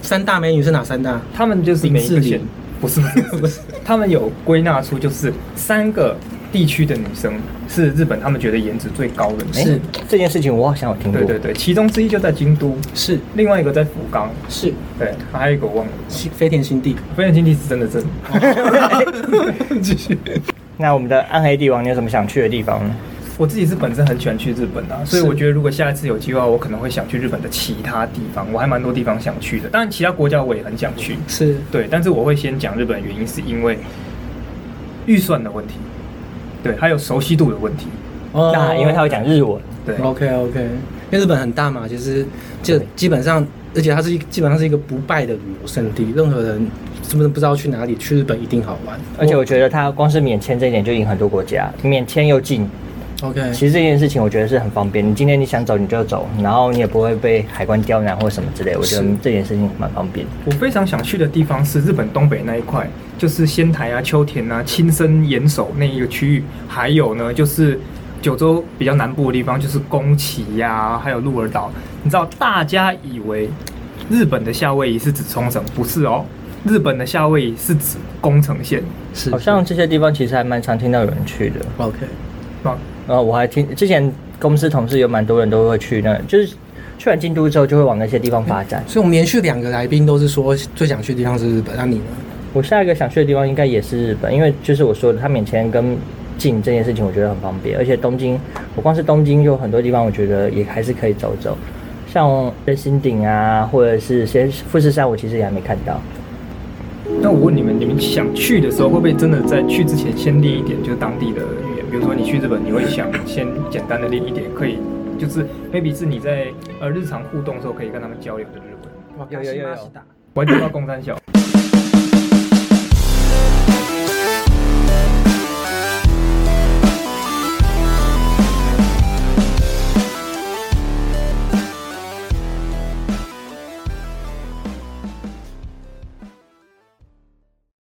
C: 三大美女是哪三大？
B: 他们就是每一个
C: 林志
B: 县
C: 玲，
B: 不是不是，他们有归纳出就是三个地区的女生是日本他们觉得颜值最高的女
A: 诶
B: 生，
C: 是
A: 这件事情我好像有听过。
B: 对对对，其中之一就在京都，
C: 是
B: 另外一个在福冈，
C: 是
B: 对，还有一个我忘了，
C: 新飞田新地。
B: 飞燕经济是真的真的，
A: 哦 那我们的暗黑帝王，你有什么想去的地方呢？
B: 我自己是本身很喜欢去日本啊，所以
C: 是
B: 我觉得如果下一次有计划，我可能会想去日本的其他地方，我还蛮多地方想去的。当然，其他国家我也很想去，
C: 是
B: 对。但是我会先讲日本，原因是因为预算的问题，对，还有熟悉度的问题，
C: 呃
A: 那因为他会讲日文，
B: 对。
C: OK OK，因为日本很大嘛，其实就
A: 对
C: 基本上，而且它是一基本上是一个不败的旅游胜地，任何人是不是不知道去哪里，去日本一定好玩。
A: 而且我觉得他光是免签这一点就赢很多国家，免签又近。
C: 哦 OK，
A: 其实这件事情我觉得是很方便，你今天你想走你就走，然后你也不会被海关刁难或什么之类。我觉得
C: 是
A: 这件事情蛮方便的。
B: 我非常想去的地方是日本东北那一块，就是仙台啊、秋田啊、青森、岩手那一个区域，还有呢就是九州比较南部的地方，就是宫崎呀、还有鹿儿岛。你知道，大家以为日本的夏威夷是指冲绳，不是哦，日本的夏威夷是指宫城县。
C: 是
A: 好像这些地方其实还蛮常听到有人去的。
C: OK，
B: 啊，
A: 然后我还听之前公司同事有蛮多人都会去那，就是去完京都之后就会往那些地方发展。
C: 所以我们连续两个来宾都是说最想去的地方是日本，那你呢？
A: 我下一个想去的地方应该也是日本，因为就是我说的，它免签跟近这件事情，我觉得很方便。而且东京，我光是东京就有很多地方，我觉得也还是可以走走，像人心顶啊，或者是先富士山，我其实也还没看到。
B: 那我问你们，你们想去的时候，会不会真的在去之前先练一点，就是当地的语言？比如说你去日本，你会想先简单的练一点，可以就是 maybe 是你在呃日常互动的时候可以跟他们交流的日文。
A: 有有有有
B: 我还听到公三小，